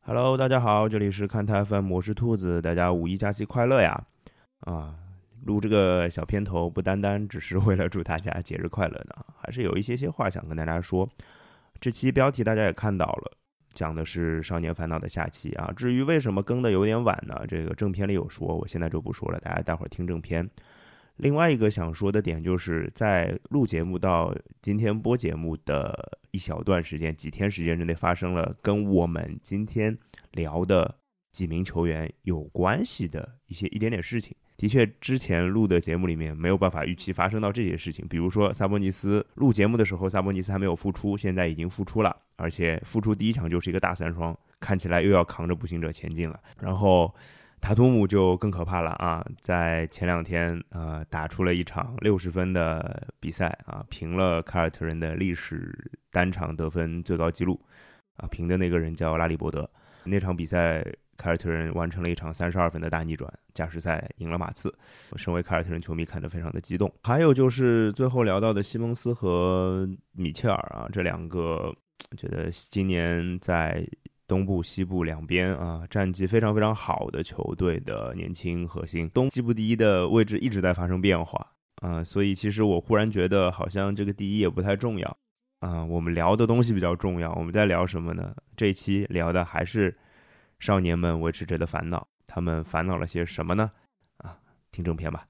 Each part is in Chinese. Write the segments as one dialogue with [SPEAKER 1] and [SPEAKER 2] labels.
[SPEAKER 1] Hello，大家好，这里是看台 FM，我是兔子，大家五一假期快乐呀！啊，录这个小片头不单单只是为了祝大家节日快乐的，还是有一些些话想跟大家说。这期标题大家也看到了，讲的是《少年烦恼》的下期啊。至于为什么更的有点晚呢？这个正片里有说，我现在就不说了，大家待会儿听正片。另外一个想说的点就是在录节目到今天播节目的一小段时间，几天时间之内发生了跟我们今天聊的几名球员有关系的一些一点点事情。的确，之前录的节目里面没有办法预期发生到这些事情，比如说萨博尼斯录节目的时候，萨博尼斯还没有复出，现在已经复出了，而且复出第一场就是一个大三双，看起来又要扛着步行者前进了。然后塔图姆就更可怕了啊！在前两天，呃，打出了一场六十分的比赛啊，平了凯尔特人的历史单场得分最高纪录啊，平的那个人叫拉里伯德。那场比赛，凯尔特人完成了一场三十二分的大逆转，加时赛赢了马刺。我身为凯尔特人球迷，看得非常的激动。还有就是最后聊到的西蒙斯和米切尔啊，这两个，觉得今年在东部、西部两边啊，战绩非常非常好的球队的年轻核心，东西部第一的位置一直在发生变化啊、所以其实我忽然觉得，好像这个第一也不太重要啊、我们聊的东西比较重要。我们在聊什么呢？这一期聊的还是少年们维持着的烦恼，他们烦恼了些什么呢？啊，听正片吧。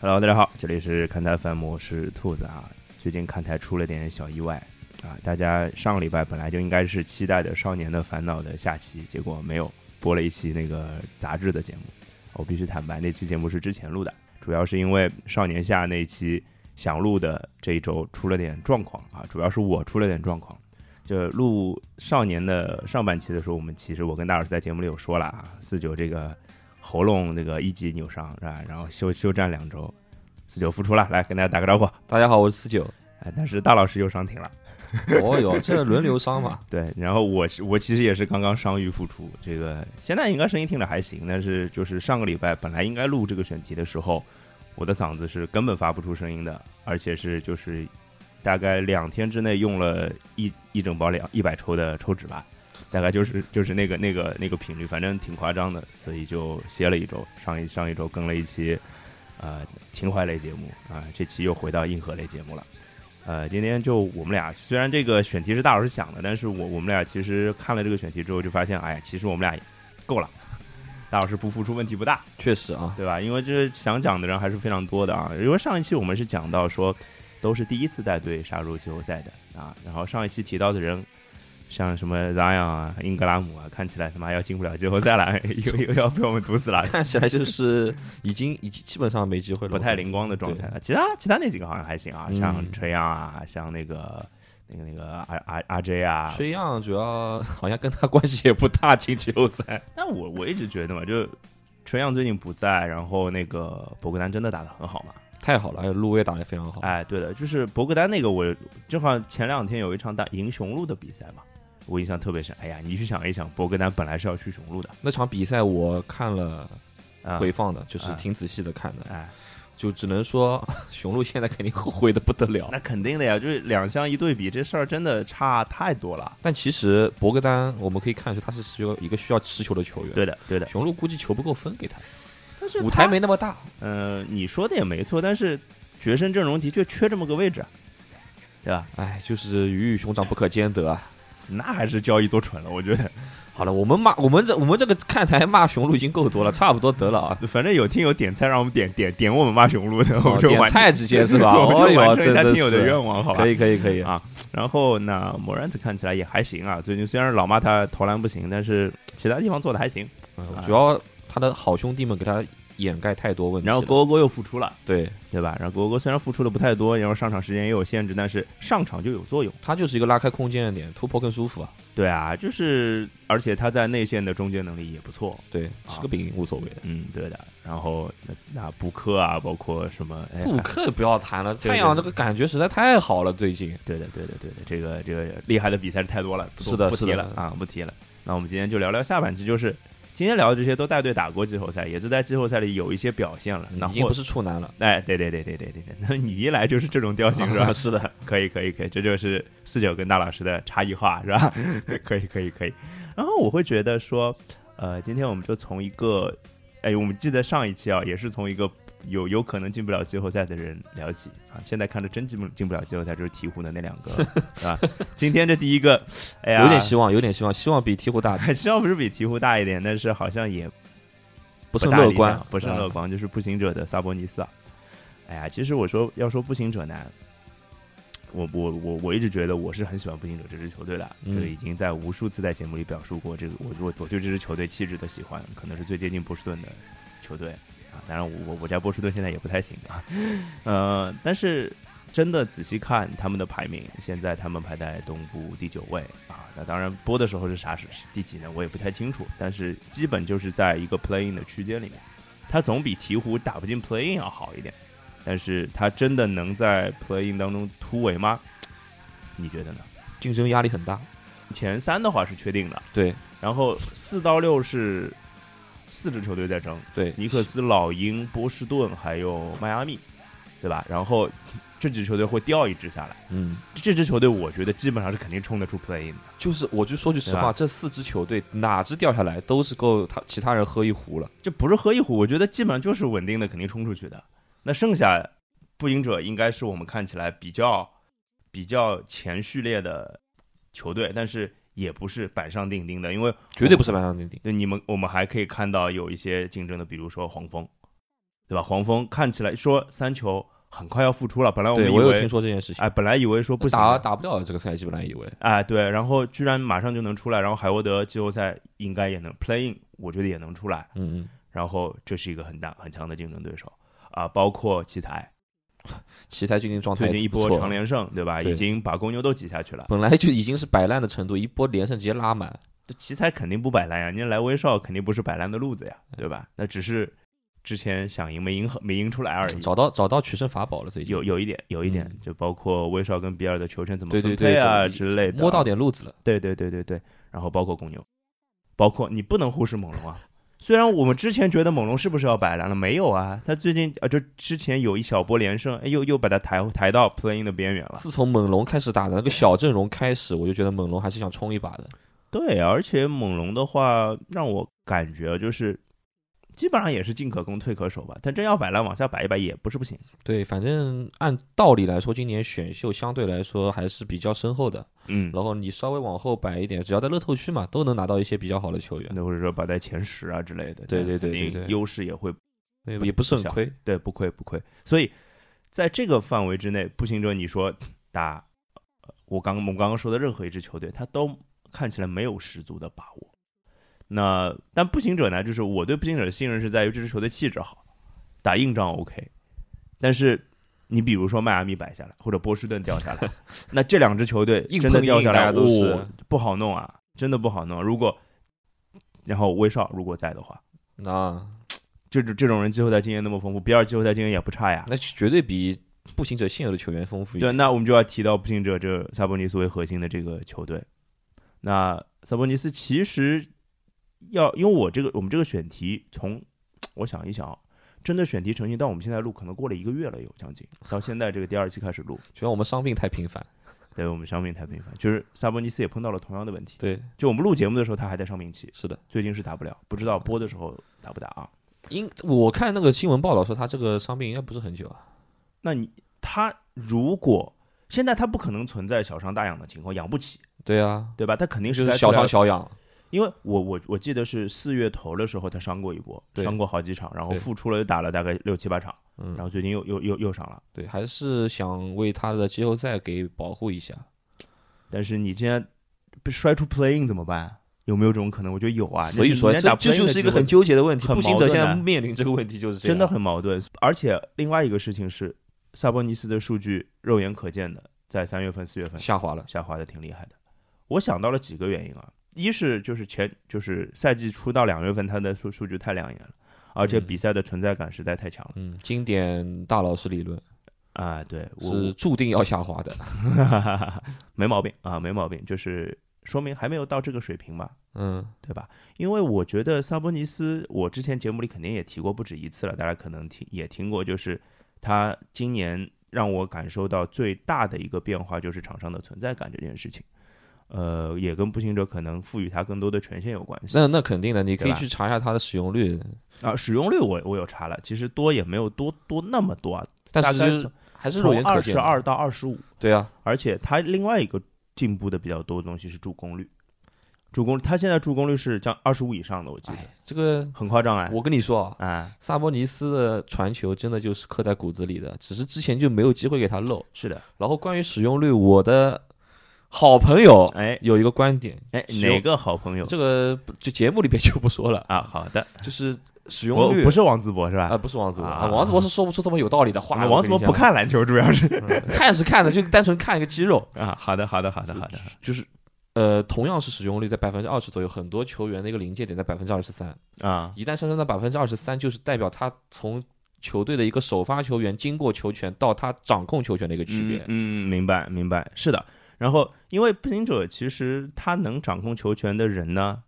[SPEAKER 1] Hello，大家好，这里是看台 FM，我是兔子啊。最近看台出了点小意外啊，大家上个礼拜本来就应该是期待的《少年的烦恼》的下期，结果没有播了一期那个杂志的节目。我必须坦白，那期节目是之前录的，主要是因为少年下那期想录的这一周出了点状况啊，主要是我出了点状况。就录少年的上半期的时候，我们其实我跟大老师在节目里有说了啊，四九这个喉咙那个一级扭伤是吧？然后休休战两周，四九复出了，来跟大家打个招呼。
[SPEAKER 2] 大家好，我是四九。
[SPEAKER 1] 哎，但是大老师又伤停了。
[SPEAKER 2] 哦哟，这轮流伤嘛，
[SPEAKER 1] 对，然后我是我其实也是刚刚伤愈复出，这个现在应该声音听着还行，但是就是上个礼拜本来应该录这个选题的时候，我的嗓子是根本发不出声音的，而且是就是大概两天之内用了一一整包两一百抽的抽纸吧，大概就是就是那个那个那个频率，反正挺夸张的，所以就歇了一周，上一上一周更了一期呃情怀类节目啊、这期又回到硬核类节目了。呃，今天就我们俩，虽然这个选题是大老师想的，但是我我们俩其实看了这个选题之后，就发现，哎呀，其实我们俩也够了，大老师不付出问题不大，
[SPEAKER 2] 确实啊，
[SPEAKER 1] 对吧？因为这想讲的人还是非常多的啊。因为上一期我们是讲到说，都是第一次带队杀入季后赛的啊，然后上一期提到的人。像什么 Zion 啊、英格拉姆啊，看起来他妈要进不了季后赛了， 又又要被我们毒死了，
[SPEAKER 2] 看起来就是已经已经基本上没机会了，
[SPEAKER 1] 不太灵光的状态。其他其他那几个好像还行啊，
[SPEAKER 2] 嗯
[SPEAKER 1] 像吹阳啊，像那个那个那个 R R R J 啊。
[SPEAKER 2] 崔样主要好像跟他关系也不大，进季 后赛。
[SPEAKER 1] 但我我一直觉得嘛，就吹阳最近不在，然后那个博格丹真的打得很好嘛。
[SPEAKER 2] 太好了，还有路威打得非常好。
[SPEAKER 1] 哎，对的，就是博格丹那个我，正好前两天有一场打赢雄鹿的比赛嘛，我印象特别深。哎呀，你去想一想，博格丹本来是要去雄鹿的，
[SPEAKER 2] 那场比赛我看了
[SPEAKER 1] 啊、
[SPEAKER 2] 回放的，就是
[SPEAKER 1] 嗯
[SPEAKER 2] 挺仔细的看的，
[SPEAKER 1] 哎，
[SPEAKER 2] 就只能说 雄鹿现在肯定后悔的不得了。
[SPEAKER 1] 那肯定的呀，就是两相一对比，这事儿真的差太多了。
[SPEAKER 2] 但其实博格丹，我们可以看出他是需要一个需要持球的球员。，
[SPEAKER 1] 对的，对的，
[SPEAKER 2] 雄鹿估计球不够分给他，
[SPEAKER 1] 但是
[SPEAKER 2] 舞台没那么大。
[SPEAKER 1] 呃，你说的也没错，但是决胜阵容的确缺这么个位置，啊对吧？
[SPEAKER 2] 哎，就是鱼与熊掌不可兼得啊。
[SPEAKER 1] 那还是交易做蠢了，我觉得。
[SPEAKER 2] 好了，我们骂我们这我们这个看台骂雄鹿已经够多了，差不多得了啊。
[SPEAKER 1] 反正有听友点菜，让我们点点点我们骂雄鹿的， 我
[SPEAKER 2] 哦
[SPEAKER 1] 们就
[SPEAKER 2] 点
[SPEAKER 1] 完
[SPEAKER 2] 菜直接 是吧？
[SPEAKER 1] 我
[SPEAKER 2] 哦
[SPEAKER 1] 们就
[SPEAKER 2] 哟，
[SPEAKER 1] 完成
[SPEAKER 2] 真
[SPEAKER 1] 一下听友的
[SPEAKER 2] 是
[SPEAKER 1] 愿望，好吧
[SPEAKER 2] 可？以可以可以
[SPEAKER 1] 啊然后呢，莫兰特看起来也还行啊，最近虽然老骂他投篮不行，但是其他地方做的还行。
[SPEAKER 2] 嗯主要他的好兄弟们给他掩盖太多问题
[SPEAKER 1] 然
[SPEAKER 2] 了。
[SPEAKER 1] 后郭郭又复出了，
[SPEAKER 2] 对
[SPEAKER 1] 对吧？然后郭郭虽然付出的不太多，然后上场时间也有限制，但是上场就有作用。
[SPEAKER 2] 他就是一个拉开空间的点，突破更舒服啊。
[SPEAKER 1] 对啊，就是而且他在内线的中间能力也不错，
[SPEAKER 2] 对，吃个饼无所谓的。
[SPEAKER 1] 嗯，对的。然后那那补课啊，包括什么，哎，
[SPEAKER 2] 布克不要谈了，
[SPEAKER 1] 对
[SPEAKER 2] 太阳这个感觉实在太好了，最近。
[SPEAKER 1] 对的，对的，对的，这个这个厉害的比赛太多了，不
[SPEAKER 2] 是的
[SPEAKER 1] 不提
[SPEAKER 2] 是的
[SPEAKER 1] 了啊，不提了。那我们今天就聊聊下半期，就是今天聊的这些都带队打过季后赛，也是在季后赛里有一些表现了。那
[SPEAKER 2] 嗯已经
[SPEAKER 1] 或
[SPEAKER 2] 不是处男了，？
[SPEAKER 1] 哎，对对对对对对对，那你一来就是这种调性是吧
[SPEAKER 2] 是的，
[SPEAKER 1] 可以可以可以，这就是四九跟大老师的差异化是吧？可以可以可以。然后我会觉得说，呃，今天我们就从一个，哎，我们记得上一期啊，也是从一个有有可能进不了季后赛的人聊起啊。现在看着真进不进不了季后赛，就是鹈鹕的那两个啊。今天这第一个，哎呀，
[SPEAKER 2] 有点希望，有点希望，希望比鹈鹕大，
[SPEAKER 1] 望，希望不是比鹈鹕大一点，但是好像也
[SPEAKER 2] 不
[SPEAKER 1] 不
[SPEAKER 2] 甚
[SPEAKER 1] 大
[SPEAKER 2] 乐
[SPEAKER 1] 理
[SPEAKER 2] 观
[SPEAKER 1] 想，不甚
[SPEAKER 2] 啊
[SPEAKER 1] 乐观，就是步行者的萨博尼斯啊。哎呀，其实我说要说步行者呢，我我我我一直觉得我是很喜欢步行者这支球队的，
[SPEAKER 2] 嗯
[SPEAKER 1] 这个已经在无数次在节目里表述过，这个我我我对这支球队气质的喜欢，可能是最接近波士顿的球队啊。当然我，我我在波士顿现在也不太行啊，呃，但是真的仔细看他们的排名，现在他们排在东部第九位啊。那当然播的时候是啥时第几呢？我也不太清楚，但是基本就是在一个 playing 的区间里面，它总比鹈鹕打不进 playing 要好一点。但是它真的能在 playing 当中突围吗？你觉得呢？
[SPEAKER 2] 啊竞争压力很大，
[SPEAKER 1] 前三的话是确定的，
[SPEAKER 2] 对
[SPEAKER 1] 然后四到六是四支球队在争，
[SPEAKER 2] 对，
[SPEAKER 1] 尼克斯、老鹰、波士顿还有迈阿密，对吧？然后这几支球队会掉一支下来，
[SPEAKER 2] 嗯，
[SPEAKER 1] 这支球队我觉得基本上是肯定冲得出 play in 的。
[SPEAKER 2] 就是我就说句实
[SPEAKER 1] 对
[SPEAKER 2] 话，
[SPEAKER 1] 吧
[SPEAKER 2] 这四支球队哪支掉下来都是够他其他人喝一壶了，
[SPEAKER 1] 这不是喝一壶，我觉得基本上就是稳定的肯定冲出去的。那剩下步行者应该是我们看起来比较比较前序列的球队，但是也不是板上钉钉的，因为
[SPEAKER 2] 绝对不
[SPEAKER 1] 嗯
[SPEAKER 2] 是板上钉钉。
[SPEAKER 1] 对你们，我们还可以看到有一些竞争的，比如说黄蜂，对吧？黄蜂看起来说三球很快要复出了，本来我们
[SPEAKER 2] 对
[SPEAKER 1] 以
[SPEAKER 2] 我有听
[SPEAKER 1] 为
[SPEAKER 2] 说这件事情，
[SPEAKER 1] 哎，本来以为说不行了，啊
[SPEAKER 2] 打打不了这个赛季，本来以为
[SPEAKER 1] 哎，对，然后居然马上就能出来，然后海沃德季后赛应该也能 playing，我觉得也能出来，
[SPEAKER 2] 嗯嗯，
[SPEAKER 1] 然后这是一个很大很强的竞争对手啊，包括奇才
[SPEAKER 2] 奇才最近状态
[SPEAKER 1] 最近一
[SPEAKER 2] 也不
[SPEAKER 1] 波
[SPEAKER 2] 错
[SPEAKER 1] 长连胜，对吧？
[SPEAKER 2] 对
[SPEAKER 1] 已经把公牛都挤下去了，
[SPEAKER 2] 本来就已经是摆烂的程度，一波连胜直接拉满，
[SPEAKER 1] 这奇才肯定不摆烂呀，人家来威少肯定不是摆烂的路子呀，对吧？那只是之前想赢没赢没赢出来而已。
[SPEAKER 2] 找到找到取胜法宝了，最近
[SPEAKER 1] 有有一点，有一点，
[SPEAKER 2] 嗯
[SPEAKER 1] 就包括威少跟比尔的球权怎么
[SPEAKER 2] 对
[SPEAKER 1] 分
[SPEAKER 2] 对
[SPEAKER 1] 配
[SPEAKER 2] 对
[SPEAKER 1] 啊
[SPEAKER 2] 这
[SPEAKER 1] 之类的，
[SPEAKER 2] 摸到点路子了。
[SPEAKER 1] 对对对对对，然后包括公牛，包括你不能忽视猛龙啊。虽然我们之前觉得猛龙是不是要摆烂了，没有啊，他最近啊，就之前有一小波连胜，哎，又又把他抬抬到 playing 的边缘了。
[SPEAKER 2] 自从猛龙开始打的那个小阵容开始，我就觉得猛龙还是想冲一把的。
[SPEAKER 1] 对，啊而且猛龙的话，让我感觉就是基本上也是进可攻退可守吧，但真要摆烂往下摆一摆也不是不行。
[SPEAKER 2] 对，反正按道理来说，今年选秀相对来说还是比较深厚的。
[SPEAKER 1] 嗯，
[SPEAKER 2] 然后你稍微往后摆一点，只要在乐透区嘛，都能拿到一些比较好的球员，
[SPEAKER 1] 那或者说摆在前十啊之类的，
[SPEAKER 2] 对对对
[SPEAKER 1] 肯定
[SPEAKER 2] 对对
[SPEAKER 1] 优势也会
[SPEAKER 2] 对也不是很亏。
[SPEAKER 1] 对，不亏不亏。所以在这个范围之内，步行者你说打呃我刚我们刚刚说的任何一支球队，他都看起来没有十足的把握。那但步行者呢，就是我对步行者的信任是在于这支球队气质好，打硬仗 OK。但是你比如说迈阿密摆下来，或者波士顿掉下 来，那这两支球队
[SPEAKER 2] 硬
[SPEAKER 1] 真的
[SPEAKER 2] 碰
[SPEAKER 1] 掉
[SPEAKER 2] 硬，
[SPEAKER 1] 下
[SPEAKER 2] 大
[SPEAKER 1] 来，
[SPEAKER 2] 家都是
[SPEAKER 1] 哦，不好弄啊，真的不好弄。如果然后威少如果在的话，
[SPEAKER 2] 那
[SPEAKER 1] 这种这种人季后赛经验那么丰富，比尔季后赛经验也不差呀。
[SPEAKER 2] 那绝对比步行者现有的球员丰富一
[SPEAKER 1] 对，
[SPEAKER 2] 点。
[SPEAKER 1] 那我们就要提到步行者这萨博尼斯为核心的这个球队。那萨博尼斯其实要，因为我这个我们这个选题从，我想一想啊，真的选题成型，但我们现在录可能过了一个月了，有将近到现在这个第二期开始录，
[SPEAKER 2] 主要我们伤病太频繁。
[SPEAKER 1] 对我们伤病太频繁，就是萨博尼斯也碰到了同样的问题。
[SPEAKER 2] 对，
[SPEAKER 1] 就我们录节目的时候他还在伤病期，
[SPEAKER 2] 是的，
[SPEAKER 1] 最近是打不了，不知道播的时候打不打啊？
[SPEAKER 2] 因我看那个新闻报道说他这个伤病应该不是很久啊。
[SPEAKER 1] 那你他如果现在他不可能存在小伤大养的情况，养不起，
[SPEAKER 2] 对啊，
[SPEAKER 1] 对吧？他肯定
[SPEAKER 2] 就是
[SPEAKER 1] 该
[SPEAKER 2] 是小
[SPEAKER 1] 出来
[SPEAKER 2] 伤小养，
[SPEAKER 1] 因为我我我记得是四月头的时候他伤过一波，
[SPEAKER 2] 对
[SPEAKER 1] 伤过好几场，然后
[SPEAKER 2] 对
[SPEAKER 1] 复出了打了大概六七八场，
[SPEAKER 2] 嗯
[SPEAKER 1] 然后最近又又又又伤了。
[SPEAKER 2] 对，还是想为他的季后赛给保护一下。
[SPEAKER 1] 但是你现在被摔出 playing 怎么办？有没有这种可能？我觉得有啊。
[SPEAKER 2] 所以说，
[SPEAKER 1] 人家
[SPEAKER 2] 这
[SPEAKER 1] 打
[SPEAKER 2] 这
[SPEAKER 1] play-in
[SPEAKER 2] 就是一个
[SPEAKER 1] 的
[SPEAKER 2] 很
[SPEAKER 1] 机
[SPEAKER 2] 纠结的问题。
[SPEAKER 1] 很
[SPEAKER 2] 步行
[SPEAKER 1] 矛
[SPEAKER 2] 者
[SPEAKER 1] 盾
[SPEAKER 2] 现在
[SPEAKER 1] 啊
[SPEAKER 2] 面临这个问题就是
[SPEAKER 1] 会
[SPEAKER 2] 这样，
[SPEAKER 1] 真的很矛盾。而且另外一个事情是，萨博尼斯的数据肉眼可见的，在三月份、四月份
[SPEAKER 2] 下滑了。
[SPEAKER 1] 下滑的挺厉害的。我想到了几个原因啊，一是就是前就是赛季初到两月份，他的数数据太亮眼了，而且
[SPEAKER 2] 嗯
[SPEAKER 1] 比赛的存在感实在太强了。
[SPEAKER 2] 嗯，经典大老师理论
[SPEAKER 1] 啊，对，我
[SPEAKER 2] 是注定要下滑的。
[SPEAKER 1] 没毛病啊，没毛病，就是说明还没有到这个水平嘛，
[SPEAKER 2] 嗯
[SPEAKER 1] 对吧？因为我觉得萨博尼斯，我之前节目里肯定也提过不止一次了，大家可能听也听过，就是他今年让我感受到最大的一个变化就是场上的存在感这件事情。呃，也跟步行者可能赋予他更多的权限有关系。
[SPEAKER 2] 那那肯定的，你可
[SPEAKER 1] 对
[SPEAKER 2] 以
[SPEAKER 1] 吧
[SPEAKER 2] 去查一下它的使用率，
[SPEAKER 1] 啊，使用率我我有查了，其实多也没有多多那么多啊，
[SPEAKER 2] 但
[SPEAKER 1] 大
[SPEAKER 2] 是
[SPEAKER 1] 概
[SPEAKER 2] 就是
[SPEAKER 1] 从
[SPEAKER 2] 还是肉
[SPEAKER 1] 从
[SPEAKER 2] 眼可
[SPEAKER 1] 二
[SPEAKER 2] 见
[SPEAKER 1] 十
[SPEAKER 2] 的。
[SPEAKER 1] 二到二十五，
[SPEAKER 2] 对啊，
[SPEAKER 1] 而且他另外一个进步的比较多的东西是助攻率，助攻他现在助攻率是将二十五以上的，我记得
[SPEAKER 2] 哎，这个
[SPEAKER 1] 很夸张哎，
[SPEAKER 2] 我跟你说啊，
[SPEAKER 1] 啊
[SPEAKER 2] 萨博尼斯的传球真的就是刻在骨子里的，只是之前就没有机会给他漏。
[SPEAKER 1] 是的，
[SPEAKER 2] 然后关于使用率，我的好朋友
[SPEAKER 1] 哎
[SPEAKER 2] 有一个观点，
[SPEAKER 1] 哎
[SPEAKER 2] 使用
[SPEAKER 1] 哪个好朋友
[SPEAKER 2] 哦这个不就节目里边 就不说了，
[SPEAKER 1] 啊？好的，
[SPEAKER 2] 就是使
[SPEAKER 1] 我
[SPEAKER 2] 用率
[SPEAKER 1] 不是王自博是吧？
[SPEAKER 2] 啊，不是王子博，
[SPEAKER 1] 啊
[SPEAKER 2] 啊王子博是说不出这么有道理的话。
[SPEAKER 1] 啊王
[SPEAKER 2] 我
[SPEAKER 1] 自
[SPEAKER 2] 跟
[SPEAKER 1] 博
[SPEAKER 2] 你
[SPEAKER 1] 不看篮球，主要是
[SPEAKER 2] 讲，嗯看是看的，就单纯看一个肌肉。
[SPEAKER 1] 啊，好的好的好的好的，
[SPEAKER 2] 就是呃，同样是使用率在百分之二十左右，很多球员的一个临界点在百分之二十三，
[SPEAKER 1] 啊
[SPEAKER 2] 一旦上升到百分之二十三，就是代表他从球队的一个首发球员经过球权到他掌控球权的一个区别。
[SPEAKER 1] 嗯，嗯明白明白，是的。然后，因为步行者其实他能掌控球权的人呢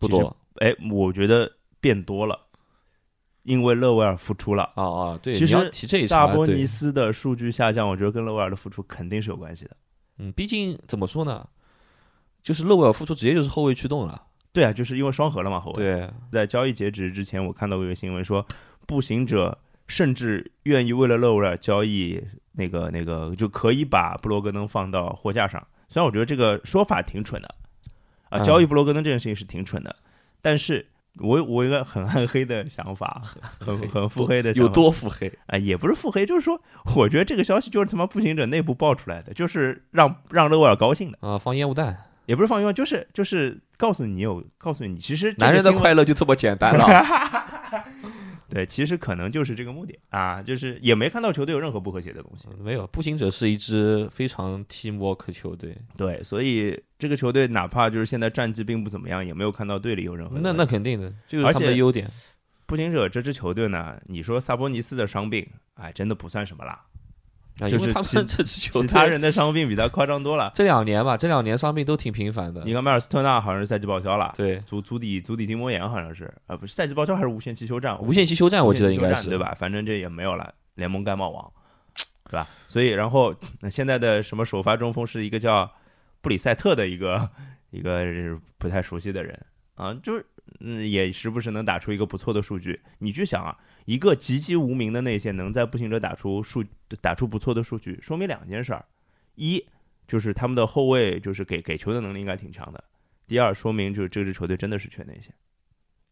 [SPEAKER 2] 不
[SPEAKER 1] 其实
[SPEAKER 2] 多
[SPEAKER 1] 哎，我觉得变多了，因为勒维尔复出了。
[SPEAKER 2] 啊啊，对，
[SPEAKER 1] 其
[SPEAKER 2] 你要
[SPEAKER 1] 实
[SPEAKER 2] 提这一
[SPEAKER 1] 萨
[SPEAKER 2] 茬，
[SPEAKER 1] 博尼
[SPEAKER 2] 对，
[SPEAKER 1] 斯的数据下降，我觉得跟勒维尔的复出肯定是有关系的。
[SPEAKER 2] 嗯，毕竟怎么说呢，就是勒维尔复出直接就是后卫驱动了，
[SPEAKER 1] 对啊，就是因为双核了嘛，后卫。
[SPEAKER 2] 对，
[SPEAKER 1] 在交易截止之前，我看到过一个新闻说，步行者甚至愿意为了勒维尔交易那个那个，就可以把布罗格登放到货架上。虽然我觉得这个说法挺蠢的，啊，
[SPEAKER 2] 嗯
[SPEAKER 1] 交易布罗格登这件事情是挺蠢的，但是我我有一个很暗黑的想法，很很很腹黑的想
[SPEAKER 2] 有
[SPEAKER 1] 法，
[SPEAKER 2] 多腹黑？
[SPEAKER 1] 啊，也不是腹黑，就是说，我觉得这个消息就是他妈步行者内部爆出来的，就是让让勒维尔高兴的，
[SPEAKER 2] 啊，放烟雾弹，
[SPEAKER 1] 也不是放烟花，就是就是告诉你有，告诉你，其实这个
[SPEAKER 2] 男人的
[SPEAKER 1] 新闻
[SPEAKER 2] 快乐就这么简 单了。
[SPEAKER 1] 对，其实可能就是这个目的啊，就是也没看到球队有任何不和谐的东西，
[SPEAKER 2] 没有，步行者是一支非常 teamwork 球队，
[SPEAKER 1] 对，所以这个球队哪怕就是现在战绩并不怎么样，也没有看到队里有任何的
[SPEAKER 2] 那
[SPEAKER 1] 问
[SPEAKER 2] 那
[SPEAKER 1] 题
[SPEAKER 2] 肯定的，就是
[SPEAKER 1] 而
[SPEAKER 2] 他们的
[SPEAKER 1] 且
[SPEAKER 2] 优点。
[SPEAKER 1] 步行者这支球队呢，你说萨博尼斯的伤病，哎，真的不算什么啦，
[SPEAKER 2] 啊，
[SPEAKER 1] 就
[SPEAKER 2] 因
[SPEAKER 1] 是
[SPEAKER 2] 为他
[SPEAKER 1] 其
[SPEAKER 2] 们 这支球
[SPEAKER 1] 其
[SPEAKER 2] 队
[SPEAKER 1] 他人的伤病比他夸张多了，
[SPEAKER 2] 这两年吧，这两年伤病都挺频繁的。
[SPEAKER 1] 你看迈尔斯特纳好像是赛季报销了。
[SPEAKER 2] 对，
[SPEAKER 1] 足足底足底筋膜炎好像是，呃，不是赛季报销还是无限期休战？
[SPEAKER 2] 无限期休战，我记得
[SPEAKER 1] 无限
[SPEAKER 2] 应
[SPEAKER 1] 期休
[SPEAKER 2] 该
[SPEAKER 1] 战
[SPEAKER 2] 是
[SPEAKER 1] 对？吧？反正这也没有了，联盟盖帽王，对吧？所以然后那现在的什么首发中锋是一个叫布里塞特的一个一个不太熟悉的人啊，就是嗯也时不时能打出一个不错的数据。你去想啊，一个籍籍无名的内线能在步行者打出数打出不错的数据，说明两件事儿：一就是他们的后卫就是给给球的能力应该挺强的；第二，说明就是这支球队真的是缺内线，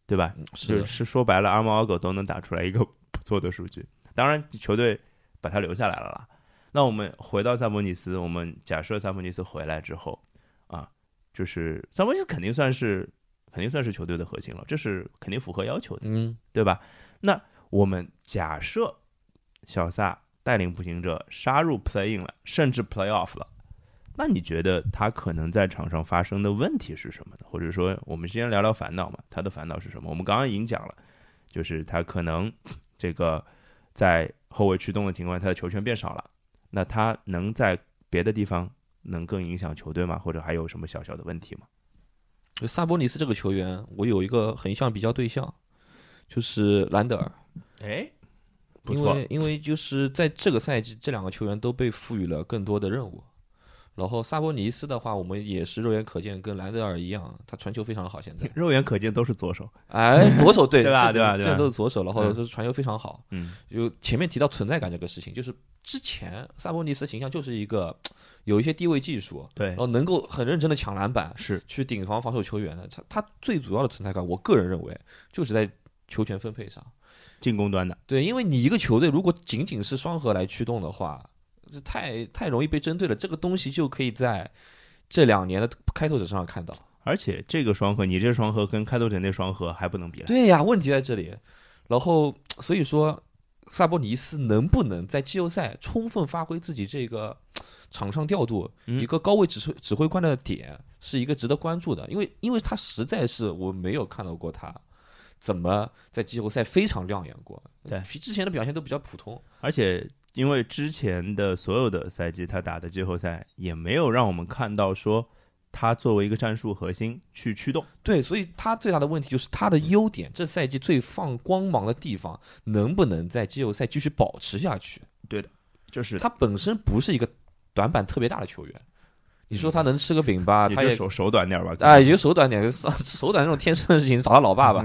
[SPEAKER 1] 对吧？
[SPEAKER 2] 嗯是
[SPEAKER 1] 就
[SPEAKER 2] 的，
[SPEAKER 1] 是说白了，阿猫阿狗都能打出来一个不错的数据。当然，球队把他留下来了啦。那我们回到萨博尼斯，我们假设萨博尼斯回来之后啊，就是萨博尼斯肯定算是肯定算是球队的核心了，这是肯定符合要求的，
[SPEAKER 2] 嗯，
[SPEAKER 1] 对吧？那我们假设小萨带领步行者杀入 play in 了，甚至 play off 了。那你觉得他可能在场上发生的问题是什么呢？或者说，我们先聊聊烦恼嘛，他的烦恼是什么？我们刚刚已经讲了，就是他可能这个在后卫驱动的情况下，他的球权变少了。那他能在别的地方能更影响球队吗？或者还有什么小小的问题吗？
[SPEAKER 2] 就萨博尼斯这个球员，我有一个横向比较对象，就是兰德尔，
[SPEAKER 1] 哎，不
[SPEAKER 2] 因
[SPEAKER 1] 错，，
[SPEAKER 2] 为因为就是在这个赛季，这两个球员都被赋予了更多的任务。然后萨博尼斯的话，我们也是肉眼可见，跟兰德尔一样，他传球非常好。现在
[SPEAKER 1] 肉眼可见都是左手。
[SPEAKER 2] 哎， 左手对
[SPEAKER 1] 对吧
[SPEAKER 2] 这
[SPEAKER 1] 对吧对吧
[SPEAKER 2] 这都是左手，然后
[SPEAKER 1] 嗯
[SPEAKER 2] 就是传球非常好。
[SPEAKER 1] 嗯
[SPEAKER 2] 就前面提到存在感这个事情，就是之前萨博尼斯形象就是一个有一些低位技术，
[SPEAKER 1] 对
[SPEAKER 2] 然，后能够很认真的抢篮板，
[SPEAKER 1] 哦是
[SPEAKER 2] 去顶防防守球员的。他他最主要的存在感，我个人认为就是在球权分配上。
[SPEAKER 1] 进攻端的。
[SPEAKER 2] 对，因为你一个球队如果仅仅是双核来驱动的话，这太太容易被针对了。这个东西就可以在这两年的开拓者身上看到。
[SPEAKER 1] 而且这个双核，你这双核跟开拓者那双核还不能比了。
[SPEAKER 2] 对呀，问题在这里。然后所以说，萨博尼斯能不能在季后赛充分发挥自己这个场上调度，
[SPEAKER 1] 嗯
[SPEAKER 2] 一个高位指挥指挥官的点，是一个值得关注的。因为因为他实在是我没有看到过他怎么在季后赛非常亮眼过。
[SPEAKER 1] 对
[SPEAKER 2] 比之前的表现都比较普通。
[SPEAKER 1] 而且因为之前的所有的赛季，他打的季后赛也没有让我们看到说他作为一个战术核心去驱动。
[SPEAKER 2] 对，所以他最大的问题就是他的
[SPEAKER 1] 嗯
[SPEAKER 2] 优点，这赛季最放光芒的地方，能不能在季后赛继续保持下去？
[SPEAKER 1] 这是
[SPEAKER 2] 他本身不是一个短板特别大的球员，你说他能吃个饼吧，
[SPEAKER 1] 嗯也
[SPEAKER 2] 他
[SPEAKER 1] 就
[SPEAKER 2] 也
[SPEAKER 1] 手手短点儿吧，可能
[SPEAKER 2] 哎，也就手短点，手 手短这种天生的事情，找他老爸吧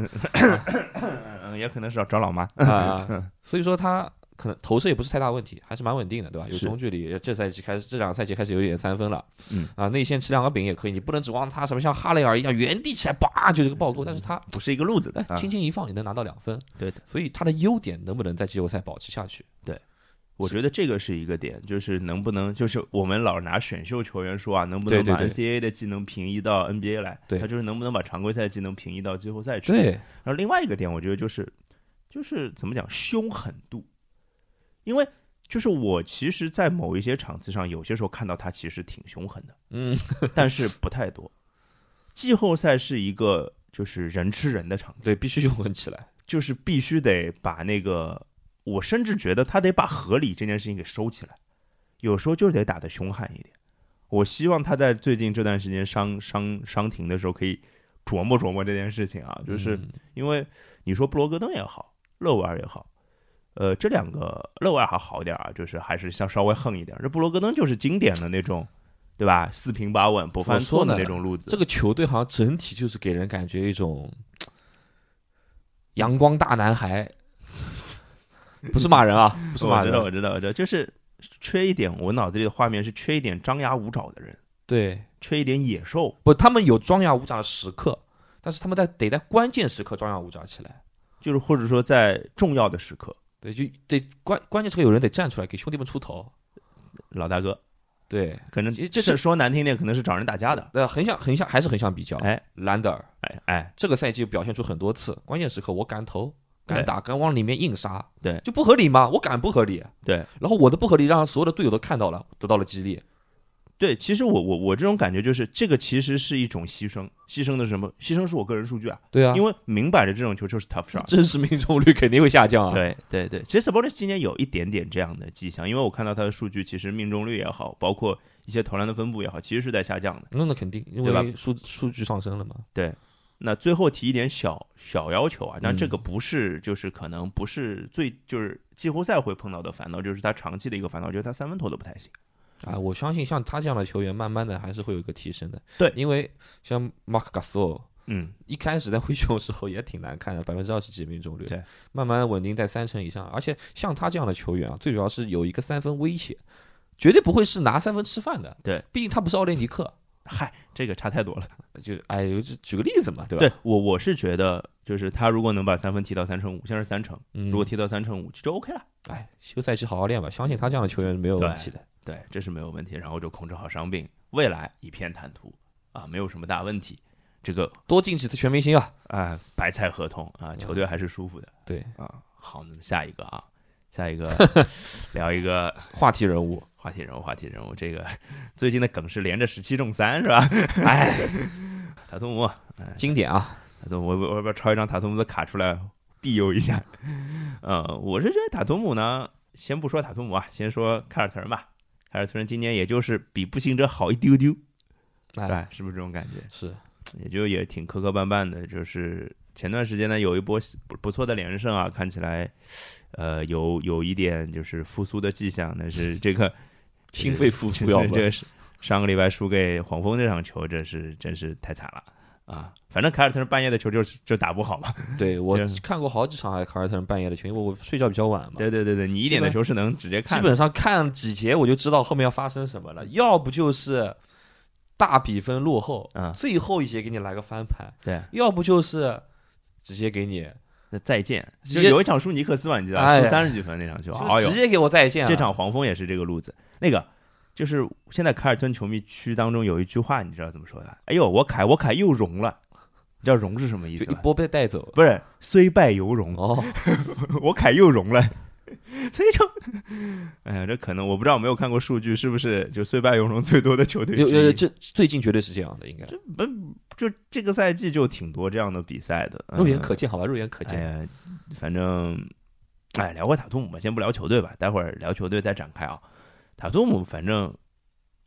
[SPEAKER 1] 嗯也可能是找找老妈。嗯
[SPEAKER 2] 啊。所以说他可能投射也不是太大问题，还是蛮稳定的，对吧？有
[SPEAKER 1] 是
[SPEAKER 2] 中距离，这赛季开始，这两个赛季开始有一点三分了，
[SPEAKER 1] 嗯
[SPEAKER 2] 啊，内线吃两个饼也可以，你不能指望他什么像哈雷尔一样原地起来叭就是个暴扣，但是他
[SPEAKER 1] 不是一个路子的，啊
[SPEAKER 2] 哎轻轻一放，你能拿到两分，
[SPEAKER 1] 嗯对的。
[SPEAKER 2] 所以他的优点能不能在季后赛保持下去？
[SPEAKER 1] 我觉得这个是一个点，就是能不能，就是我们老拿选秀球员说啊，能不
[SPEAKER 2] 对
[SPEAKER 1] 能
[SPEAKER 2] 对
[SPEAKER 1] 把
[SPEAKER 2] 对
[SPEAKER 1] NCAA 的技能平移到 NBA 来？
[SPEAKER 2] 对
[SPEAKER 1] 他就是能不能把常规赛技能平移到季后赛去？。
[SPEAKER 2] 对，
[SPEAKER 1] 然后另外一个点，我觉得就是，就是怎么讲，凶狠度，因为就是我其实，在某一些场次上，有些时候看到他其实挺凶狠的，
[SPEAKER 2] 嗯，
[SPEAKER 1] 但是不太多。季后赛是一个就是人吃人的场地，
[SPEAKER 2] 对，必须用稳起来。
[SPEAKER 1] 就是必须得把那个，我甚至觉得他得把合理这件事情给收起来，有时候就是得打得凶悍一点。我希望他在最近这段时间伤伤伤停的时候，可以琢磨琢磨这件事情啊，就是
[SPEAKER 2] 嗯
[SPEAKER 1] 因为你说布罗格登也好，勒维尔也好，呃，这两个勒维尔还好一点啊，就是还是像稍微横一点。这布罗格登就是经典的那种，对吧？四平八稳、不犯错的那种路子。
[SPEAKER 2] 这个球队好像整体就是给人感觉一种阳光大男孩，不是骂人啊，不是
[SPEAKER 1] 我
[SPEAKER 2] 骂
[SPEAKER 1] 知道，
[SPEAKER 2] 人，
[SPEAKER 1] 我知道，我知道，就是缺一点。我脑子里的画面是缺一点张牙舞爪的人，
[SPEAKER 2] 对，
[SPEAKER 1] 缺一点野兽，
[SPEAKER 2] 不，他们有张牙舞爪的时刻，但是他们在得在关键时刻张牙舞爪起来，
[SPEAKER 1] 就是或者说在重要的时刻，
[SPEAKER 2] 对，就得关关键时刻有人得站出来给兄弟们出头，
[SPEAKER 1] 老大哥
[SPEAKER 2] 对，
[SPEAKER 1] 可能
[SPEAKER 2] 这这
[SPEAKER 1] 是说难听点，可能是找人打架的。
[SPEAKER 2] 那横向横向还是横向比较，
[SPEAKER 1] 哎
[SPEAKER 2] 兰德尔
[SPEAKER 1] 哎哎，
[SPEAKER 2] 这个赛季表现出很多次，关键时刻我敢投。敢
[SPEAKER 1] 对
[SPEAKER 2] 打，敢往里面硬杀，
[SPEAKER 1] 对
[SPEAKER 2] 就不合理嘛，我敢不合理，
[SPEAKER 1] 对
[SPEAKER 2] 然后我的不合理让所有的队友都看到了，得到了激励，
[SPEAKER 1] 对，其实我我我这种感觉就是，这个其实是一种牺牲，牺牲的是什么？牺牲是我个人数据啊，
[SPEAKER 2] 对啊，
[SPEAKER 1] 因为明摆着这种球就是 tough shot。
[SPEAKER 2] 真实命中率肯定会下降啊。，
[SPEAKER 1] 对对对，其实 Sabonis 今年有一点点这样的迹象，因为我看到他的数据，其实命中率也好，包括一些投篮的分布也好，其实是在下降的。
[SPEAKER 2] 那那肯定，因
[SPEAKER 1] 对吧
[SPEAKER 2] 为数数据上升了嘛。
[SPEAKER 1] 那最后提一点小小要求啊，但
[SPEAKER 2] 嗯
[SPEAKER 1] 这个不是就是可能不是最就是季后赛会碰到的烦恼，就是他长期的一个烦恼，就是他三分投的不太行。
[SPEAKER 2] 啊，我相信像他这样的球员，慢慢的还是会有一个提升的。
[SPEAKER 1] 对
[SPEAKER 2] 因为像 Mark Gasol
[SPEAKER 1] 嗯，
[SPEAKER 2] 一开始在灰熊的时候也挺难看的，百分之二十几命中率，
[SPEAKER 1] 对，
[SPEAKER 2] 慢慢的稳定在三成以上。而且像他这样的球员啊，最主要是有一个三分威胁，绝对不会是拿三分吃饭的。
[SPEAKER 1] 对，
[SPEAKER 2] 毕竟他不是奥雷尼克，
[SPEAKER 1] 嗨，这个差太多了。
[SPEAKER 2] 就哎，我就举个例子嘛，对吧？
[SPEAKER 1] 对我我是觉得，就是他如果能把三分提到三成五，现在是三成，
[SPEAKER 2] 嗯，
[SPEAKER 1] 如果提到三成五就 OK 了。
[SPEAKER 2] 哎，休赛期好好练吧，相信他这样的球员没有
[SPEAKER 1] 对
[SPEAKER 2] 问题的。
[SPEAKER 1] 对，这是没有问题。然后就控制好伤病，未来一片坦途啊，没有什么大问题。这个
[SPEAKER 2] 多进几次全明星啊！
[SPEAKER 1] 啊，白菜合同啊，球队还是舒服的。
[SPEAKER 2] 对
[SPEAKER 1] 啊，好，那么下一个啊，下一个聊一个
[SPEAKER 2] 话题人物，
[SPEAKER 1] 话题人物，话题人物。这个最近的梗是连着十七中三是吧？
[SPEAKER 2] 哎，
[SPEAKER 1] 塔图姆，
[SPEAKER 2] 经典啊！
[SPEAKER 1] 塔图姆，我我要不要抄一张塔图姆的卡出来庇佑一下？ 呃，我是觉得塔图姆呢，先不说塔图姆啊，先说凯尔特人吧。凯尔特人今年也就是比步行者好一丢丢，
[SPEAKER 2] 哎
[SPEAKER 1] 对吧？是不是这种感觉？
[SPEAKER 2] 是，
[SPEAKER 1] 也就也挺磕磕绊绊的。就是前段时间呢，有一波不不错的连胜啊，看起来，呃，有有一点就是复苏的迹象。但是这个
[SPEAKER 2] 心肺复苏
[SPEAKER 1] 这
[SPEAKER 2] 要
[SPEAKER 1] 这
[SPEAKER 2] 不
[SPEAKER 1] 这是上个礼拜输给黄蜂这场球，真是真是太惨了啊！反正凯尔特人半夜的球就就打不好嘛。
[SPEAKER 2] 对我
[SPEAKER 1] 这
[SPEAKER 2] 看过好几场凯尔特人半夜的球，因为我睡觉比较晚嘛，
[SPEAKER 1] 对对对对，你一点的球是能直接
[SPEAKER 2] 基
[SPEAKER 1] 看的。
[SPEAKER 2] 本上看几节我就知道后面要发生什么了，要不就是大比分落后，
[SPEAKER 1] 嗯
[SPEAKER 2] 最后一节给你来个翻盘，
[SPEAKER 1] 对，
[SPEAKER 2] 要不就是直接给你
[SPEAKER 1] 那再见，
[SPEAKER 2] 直
[SPEAKER 1] 就
[SPEAKER 2] 接
[SPEAKER 1] 有一场输尼克斯嘛，你知道
[SPEAKER 2] 哎
[SPEAKER 1] 输三十几分那场球，哎
[SPEAKER 2] 就
[SPEAKER 1] 呦
[SPEAKER 2] 直，接给我再见了。
[SPEAKER 1] 这场黄蜂也是这个路子。那个就是现在凯尔特人球迷区当中有一句话，你知道怎么说的？哎呦，我凯，我凯又荣了。你知道“荣”是什么意
[SPEAKER 2] 就
[SPEAKER 1] 思
[SPEAKER 2] 一
[SPEAKER 1] 吗？
[SPEAKER 2] 波被带走。
[SPEAKER 1] 不是虽败犹荣，
[SPEAKER 2] 哦，
[SPEAKER 1] 我凯又荣 了。所以就，哎呀，这可能我不知道，没有看过数据，是不是就虽败犹荣最多的球队之
[SPEAKER 2] 有
[SPEAKER 1] 一？
[SPEAKER 2] 有有，这最近绝对是这样的，应该
[SPEAKER 1] 就这个赛季就挺多这样的比赛的，嗯
[SPEAKER 2] 肉眼可见，好吧，肉眼可
[SPEAKER 1] 哎
[SPEAKER 2] 见。
[SPEAKER 1] 呀，反正，哎，聊回塔图姆吧，先不聊球队吧，待会儿聊球队再展开啊。塔图姆，反正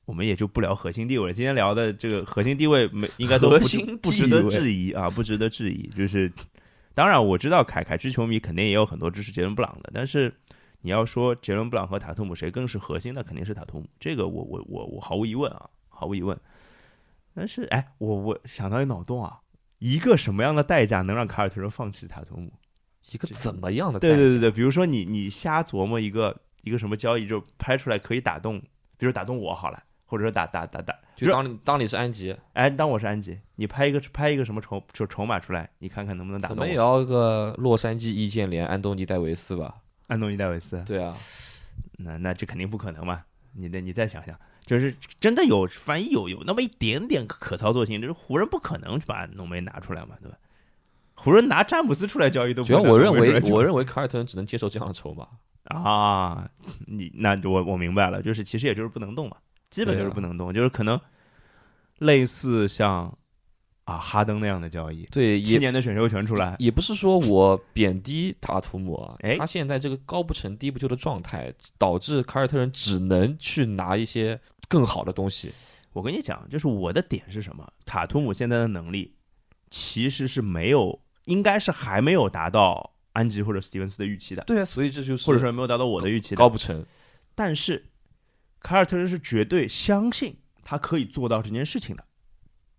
[SPEAKER 1] 我们也就不聊核心地位了。今天聊的这个核心地位没应该都
[SPEAKER 2] 核
[SPEAKER 1] 不
[SPEAKER 2] 心
[SPEAKER 1] 不
[SPEAKER 2] 地
[SPEAKER 1] 值得
[SPEAKER 2] 位
[SPEAKER 1] 质疑啊，不值得质疑。就是当然我知道凯凯之球迷肯定也有很多支持杰伦布朗的，但是你要说杰伦布朗和塔图姆谁更是核心，那肯定是塔图姆。这个我我我我毫无疑问啊，毫无疑问。但是哎，我我想到一脑洞啊，一个什么样的代价能让凯尔特人放弃塔图姆？
[SPEAKER 2] 一个怎么样的代
[SPEAKER 1] 对
[SPEAKER 2] 价？
[SPEAKER 1] 对对对，比如说你你瞎琢磨一个一个什么交易，就拍出来可以打动，比如打动我好了，或者说打打打打，
[SPEAKER 2] 就当你当你是安吉，
[SPEAKER 1] 哎，当我是安吉，你拍一个拍一个什么筹就筹码出来，你看看能不能打
[SPEAKER 2] 怎
[SPEAKER 1] 动
[SPEAKER 2] 么也
[SPEAKER 1] 我
[SPEAKER 2] 要个洛杉矶易建联、安东尼戴维斯吧？
[SPEAKER 1] 安东尼戴维斯？
[SPEAKER 2] 对啊，
[SPEAKER 1] 那那这肯定不可能嘛，你得你再想想，就是真的有翻译有有那么一点点可可操作性，就是湖人不可能把浓眉拿出来嘛，对吧？湖人拿詹姆斯出来交易都不
[SPEAKER 2] 主要
[SPEAKER 1] 会拿
[SPEAKER 2] 我
[SPEAKER 1] 浓
[SPEAKER 2] 认
[SPEAKER 1] 眉出
[SPEAKER 2] 为
[SPEAKER 1] 来交易，
[SPEAKER 2] 我认为凯尔特人只能接受这样的筹码。
[SPEAKER 1] 啊，你那我我明白了，就是其实也就是不能动嘛，基本
[SPEAKER 2] 啊
[SPEAKER 1] 就是不能动，就是可能类似像啊哈登那样的交易，
[SPEAKER 2] 对，
[SPEAKER 1] 七
[SPEAKER 2] 也
[SPEAKER 1] 年的选秀权出来，
[SPEAKER 2] 也不是说我贬低塔图姆啊
[SPEAKER 1] 哎，
[SPEAKER 2] 他现在这个高不成低不就的状态，导致凯尔特人只能去拿一些更好的东西。
[SPEAKER 1] 我跟你讲，就是我的点是什么？塔图姆现在的能力其实是没有，应该是还没有达到安吉或者史蒂文斯的预期的，
[SPEAKER 2] 对啊，所以这就是
[SPEAKER 1] 或者说没有达到我的预期的
[SPEAKER 2] 高。不成。
[SPEAKER 1] 但是凯尔特人是绝对相信他可以做到这件事情的，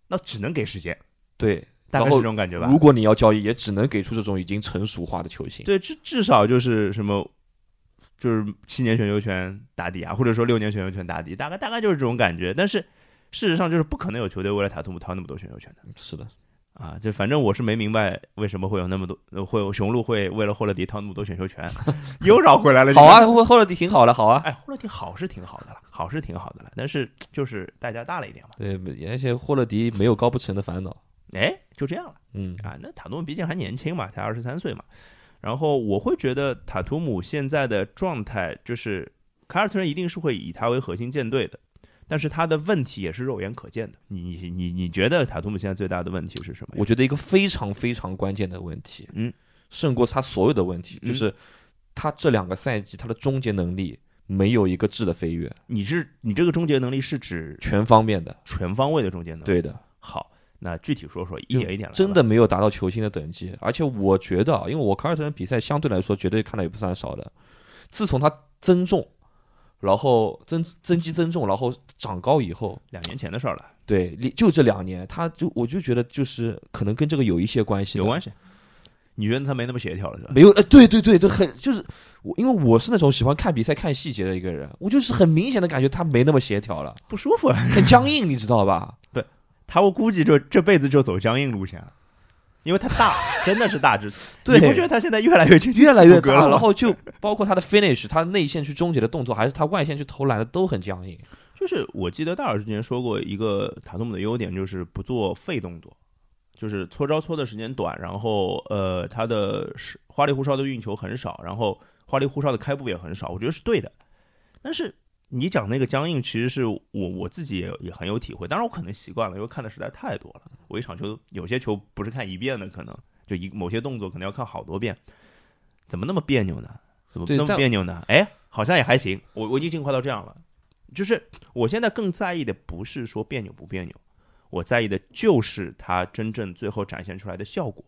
[SPEAKER 1] 那只能给时间，
[SPEAKER 2] 对，
[SPEAKER 1] 大概
[SPEAKER 2] 然
[SPEAKER 1] 是
[SPEAKER 2] 后
[SPEAKER 1] 这种感觉吧。
[SPEAKER 2] 如果你要交易，也只能给出这种已经成熟化的球星。
[SPEAKER 1] 对，至至少就是什么，就是七年选秀权打底啊，或者说六年选秀权打底，大概大概就是这种感觉。但是事实上就是不可能有球队为了塔图姆掏那么多选秀权的
[SPEAKER 2] 是的，
[SPEAKER 1] 啊！就反正我是没明白为什么会有那么多，呃会有雄鹿会为了霍勒迪掏那么多选秀 权，又绕回来了。
[SPEAKER 2] 好啊，，后后来挺好了，好啊。
[SPEAKER 1] 哎，霍勒迪好是挺好的了，好是挺好的了，但是就是代价大了一点嘛。
[SPEAKER 2] 对，而且霍勒迪没有高不成的烦恼。
[SPEAKER 1] 哎，就这样了。
[SPEAKER 2] 嗯，
[SPEAKER 1] 啊，那塔图姆毕竟还年轻嘛，才二十三岁嘛。然后我会觉得塔图姆现在的状态就是，凯尔特人一定是会以他为核心舰队的，但是他的问题也是肉眼可见的。你你你你觉得塔图姆现在最大的问题是什么呀？
[SPEAKER 2] 我觉得一个非常非常关键的问题，
[SPEAKER 1] 嗯，
[SPEAKER 2] 胜过他所有的问题，
[SPEAKER 1] 嗯
[SPEAKER 2] 就是他这两个赛季他的终结能力没有一个质的飞跃，
[SPEAKER 1] 你是你这个终结能力是指
[SPEAKER 2] 全方面的。
[SPEAKER 1] 全方位的终结能力？，
[SPEAKER 2] 对的，
[SPEAKER 1] 好，那具体说说，一点一点来吧。
[SPEAKER 2] 真的没有达到球星的等级。而且我觉得啊，因为我凯尔特人比赛相对来说绝对看的也不算少的，自从他增重，然后增增肌增重，然后长高以后，
[SPEAKER 1] 两年前的事儿了，
[SPEAKER 2] 对，你就这两年，他就我就觉得就是可能跟这个有一些关系的，
[SPEAKER 1] 有关系。你觉得他没那么协调了是吧？
[SPEAKER 2] 没有，呃，对对对，这很就是我，因为我是那种喜欢看比赛看细节的一个人，我就是很明显的感觉他没那么协调了，
[SPEAKER 1] 不舒服啊，
[SPEAKER 2] 很僵硬，你知道吧？
[SPEAKER 1] 他我估计就这辈子就走僵硬路线了，因为他 大，真的是大只
[SPEAKER 2] 对，
[SPEAKER 1] 你不觉得他现在越来越接近
[SPEAKER 2] 越来越
[SPEAKER 1] 斯图格勒
[SPEAKER 2] 大，
[SPEAKER 1] 吗
[SPEAKER 2] 然后就包括他的 finish，他内线去终结的动作，还是他外线去投篮的都很僵硬。
[SPEAKER 1] 就是我记得大老师之前说过一个塔图姆的优点就是不做废动作，就是搓招搓的时间短，然后呃他的是花里胡哨的运球很少，然后花里胡哨的开步也很少，我觉得是对的。但是你讲那个僵硬，其实是我我自己也也很有体会，当然我可能习惯了，因为看的实在太多了。我一场球有些球不是看一遍的，可能就一某些动作可能要看好多遍，怎么那么别扭呢？怎么
[SPEAKER 2] 对
[SPEAKER 1] 那么
[SPEAKER 2] 但
[SPEAKER 1] 别扭呢？哎，好像也还行，我我已经进化到这样了。就是我现在更在意的不是说别扭不别扭，我在意的就是它真正最后展现出来的效果。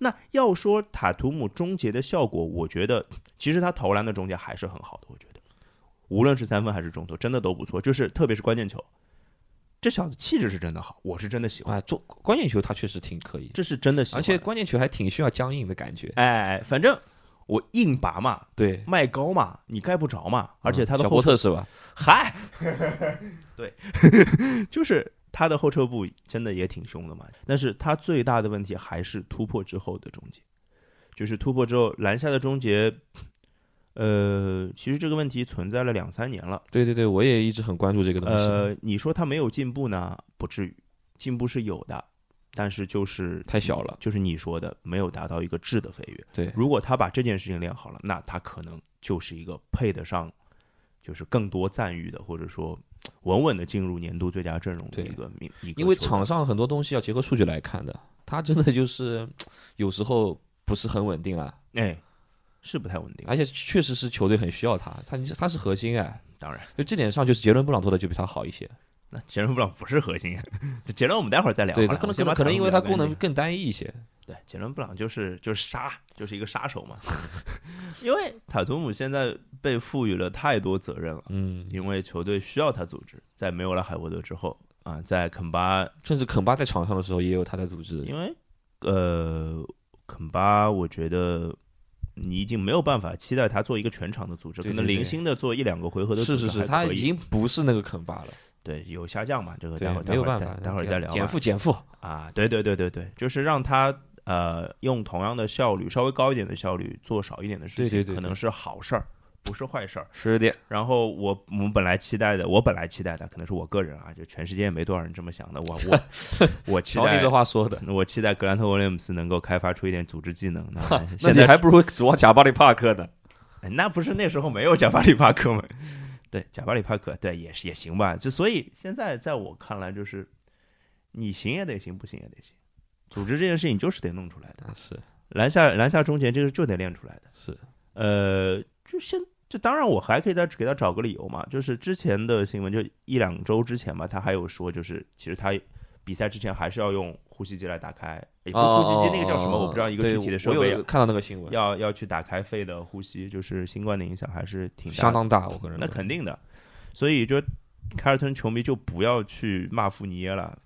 [SPEAKER 1] 那要说塔图姆终结的效果，我觉得其实他投篮的终结还是很好的，我觉得，无论是三分还是中投，真的都不错，就是特别是关键球，这小子气质是真的好，我是真的喜欢，
[SPEAKER 2] 啊，做关键球他确实挺可以，
[SPEAKER 1] 这是真的喜欢。
[SPEAKER 2] 而且关键球还挺需要僵硬的感觉。
[SPEAKER 1] 哎，哎，哎反正我硬拔嘛，
[SPEAKER 2] 对，
[SPEAKER 1] 卖高嘛，你盖不着嘛，而且他的
[SPEAKER 2] 啊小
[SPEAKER 1] 后
[SPEAKER 2] 波
[SPEAKER 1] 撤，
[SPEAKER 2] 特是吧？
[SPEAKER 1] 嗨， 对， 就是他的后撤步真的也挺凶的嘛，但是他最大的问题还是突破之后的终结，就是突破之后篮下的终结。呃，其实这个问题存在了两三年了。
[SPEAKER 2] 对对对，我也一直很关注这个东西。
[SPEAKER 1] 呃，你说他没有进步呢，不至于，进步是有的，但是就是
[SPEAKER 2] 太小了，
[SPEAKER 1] 就是你说的没有达到一个质的飞跃。
[SPEAKER 2] 对，
[SPEAKER 1] 如果他把这件事情练好了，那他可能就是一个配得上，就是更多赞誉的，或者说稳稳的进入年度最佳阵容的
[SPEAKER 2] 对
[SPEAKER 1] 一个名。一个
[SPEAKER 2] 因为
[SPEAKER 1] 球员
[SPEAKER 2] 场上很多东西要结合数据来看的，他真的就是有时候不是很稳定了。啊
[SPEAKER 1] 哎，是不太稳定。
[SPEAKER 2] 而且确实是球队很需要他，他他是核心哎，
[SPEAKER 1] 当然，
[SPEAKER 2] 就这点上就是杰伦布朗做的就比他好一些，
[SPEAKER 1] 那杰伦布朗不是核心， 杰伦我们待会儿再啊聊好
[SPEAKER 2] 对
[SPEAKER 1] 了。
[SPEAKER 2] 他可能
[SPEAKER 1] 我
[SPEAKER 2] 可
[SPEAKER 1] 先
[SPEAKER 2] 能
[SPEAKER 1] 把
[SPEAKER 2] 可能因为
[SPEAKER 1] 塔
[SPEAKER 2] 他
[SPEAKER 1] 图姆聊
[SPEAKER 2] 功
[SPEAKER 1] 干
[SPEAKER 2] 能
[SPEAKER 1] 净
[SPEAKER 2] 更单一一些，
[SPEAKER 1] 对，杰伦布朗就是就是杀，就是一个杀手嘛。 因为塔图姆现在被赋予了太多责任了，
[SPEAKER 2] 嗯，
[SPEAKER 1] 因为球队需要他组织，在没有了海沃德之后啊，在肯巴，
[SPEAKER 2] 甚至肯巴在场上的时候也有他在组织，
[SPEAKER 1] 因为呃，肯巴，我觉得你已经没有办法期待他做一个全场的组织，
[SPEAKER 2] 对
[SPEAKER 1] 可能
[SPEAKER 2] 对对
[SPEAKER 1] 零星的做一两个回合的组
[SPEAKER 2] 是
[SPEAKER 1] 织
[SPEAKER 2] 是是，
[SPEAKER 1] 还
[SPEAKER 2] 他
[SPEAKER 1] 可以
[SPEAKER 2] 已经不是那个肯巴了，
[SPEAKER 1] 对有下降嘛，这个
[SPEAKER 2] 对
[SPEAKER 1] 待会儿，
[SPEAKER 2] 没有办
[SPEAKER 1] 待会
[SPEAKER 2] 法
[SPEAKER 1] 儿，再待会儿再聊吧
[SPEAKER 2] 减负减负，
[SPEAKER 1] 啊，对对对对对，就是让他呃用同样的效率，稍微高一点的效率做少一点的事情，
[SPEAKER 2] 对对对对
[SPEAKER 1] 可能是好事儿，不是坏事儿。
[SPEAKER 2] 是的，
[SPEAKER 1] 然后我我们本来期待的，我本来期待的，可能是我个人啊，就全世界也没多少人这么想的。我 我我期
[SPEAKER 2] 瞧你
[SPEAKER 1] 待
[SPEAKER 2] 这话说的，
[SPEAKER 1] 我期待格兰特·威廉姆斯能够开发出一点组织技能。那
[SPEAKER 2] 那
[SPEAKER 1] 现
[SPEAKER 2] 你
[SPEAKER 1] 在
[SPEAKER 2] 还不如指望贾巴里帕 克呢，
[SPEAKER 1] 哎那不是那时候没有贾巴里·帕克吗？对，贾巴里·帕克，对，也是也行吧。就所以现在在我看来，就是你行也得行，不行也得行。组织这件事情就是得弄出来的，
[SPEAKER 2] 啊是
[SPEAKER 1] 篮下篮下终结这个就得练出来的。
[SPEAKER 2] 是，
[SPEAKER 1] 呃，就先就当然我还可以再给他找个理由嘛，就是之前的新闻就一两周之前吧，他还有说就是其实他比赛之前还是要用呼吸机来打开，也不是呼吸机那个叫什么我不知道一个
[SPEAKER 2] 哦对
[SPEAKER 1] 具体的设
[SPEAKER 2] 我
[SPEAKER 1] 备啊
[SPEAKER 2] 有看到那个新闻，
[SPEAKER 1] 要要去打开肺的呼吸，就是新冠的影响还是挺大
[SPEAKER 2] 相
[SPEAKER 1] 的，
[SPEAKER 2] 当大，我个人
[SPEAKER 1] 那
[SPEAKER 2] 认为
[SPEAKER 1] 肯定的，所以就凯尔特人球迷就不要去骂富尼耶了，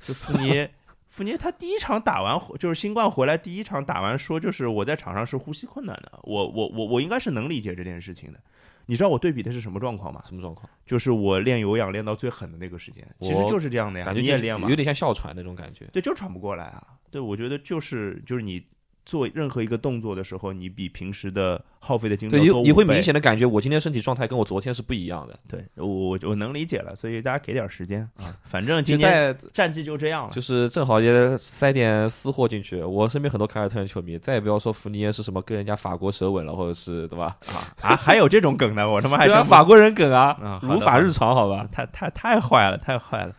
[SPEAKER 1] 就富尼耶。富尼耶他第一场打完就是新冠回来第一场打完说就是我在场上是呼吸困难的，我我我我应该是能理解这件事情的。你知道我对比的是什么状况吗？
[SPEAKER 2] 什么状况，
[SPEAKER 1] 就是我练有氧练到最狠的那个时间，其实
[SPEAKER 2] 我
[SPEAKER 1] 就是这样的哎呀。
[SPEAKER 2] 感觉
[SPEAKER 1] 你
[SPEAKER 2] 就
[SPEAKER 1] 也
[SPEAKER 2] 是
[SPEAKER 1] 练嘛
[SPEAKER 2] 有，点像哮喘那种感觉，
[SPEAKER 1] 对，就喘不过来啊。对，我觉得就是就是你做任何一个动作的时候，你比平时的耗费的精力
[SPEAKER 2] 对，
[SPEAKER 1] 要
[SPEAKER 2] 你
[SPEAKER 1] 多
[SPEAKER 2] 你
[SPEAKER 1] 五
[SPEAKER 2] 会
[SPEAKER 1] 倍
[SPEAKER 2] 明显的感觉我今天身体状态跟我昨天是不一样的，
[SPEAKER 1] 对我我我能理解了，所以大家给点时间啊，反正
[SPEAKER 2] 就
[SPEAKER 1] 今天
[SPEAKER 2] 在
[SPEAKER 1] 战绩就这样了
[SPEAKER 2] 就。是正好也塞点私货进去。我身边很多凯尔特人球迷，再也不要说福尼耶是什么跟人家法国舌吻了，或者是对 吧？
[SPEAKER 1] 啊，还有这种梗呢，我他妈还
[SPEAKER 2] 对啊，
[SPEAKER 1] 真不
[SPEAKER 2] 法国人梗
[SPEAKER 1] 哎嗯
[SPEAKER 2] 啊
[SPEAKER 1] 好，的
[SPEAKER 2] 如法日常，好吧？
[SPEAKER 1] 太太太坏了，太坏了。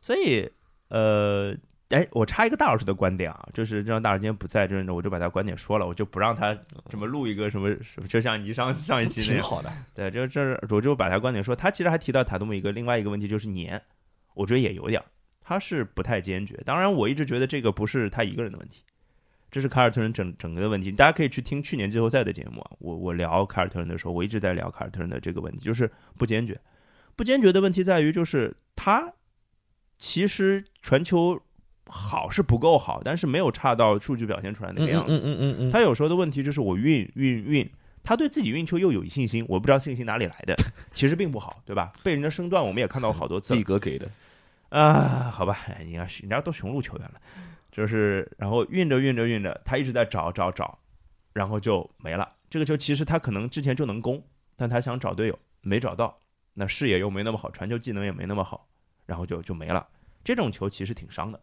[SPEAKER 1] 所以呃，哎，我插一个大老师的观点啊，就是让大老师今天不在，就是我就把他观点说了，我就不让他什么录一个什么什么，就像你上上一期那
[SPEAKER 2] 挺
[SPEAKER 1] 样，
[SPEAKER 2] 好的，
[SPEAKER 1] 对，就这是我就把他观点说，他其实还提到塔图姆一个另外一个问题就是黏，我觉得也有点儿，他是不太坚决。当然，我一直觉得这个不是他一个人的问题，这是凯尔特人整整个的问题。大家可以去听去年季后赛的节目啊，我我聊凯尔特人的时候，我一直在聊凯尔特人的这个问题，就是不坚决。不坚决的问题在于，就是他其实传球好是不够好，但是没有差到数据表现出来那
[SPEAKER 2] 嗯
[SPEAKER 1] 个样
[SPEAKER 2] 嗯
[SPEAKER 1] 子。
[SPEAKER 2] 嗯嗯嗯嗯，
[SPEAKER 1] 他有时候的问题就是我运运运，他对自己运球又有信心，我不知道信心哪里来的，其实并不好，对吧？被人家身段我们也看到好多次了
[SPEAKER 2] 力格给的，
[SPEAKER 1] 啊，好吧，哎人家人家都雄鹿球员了，就是然后运着运着运着，他一直在找找找，然后就没了。这个球其实他可能之前就能攻，但他想找队友没找到，那视野又没那么好，传球技能也没那么好，然后就就没了。这种球其实挺伤的，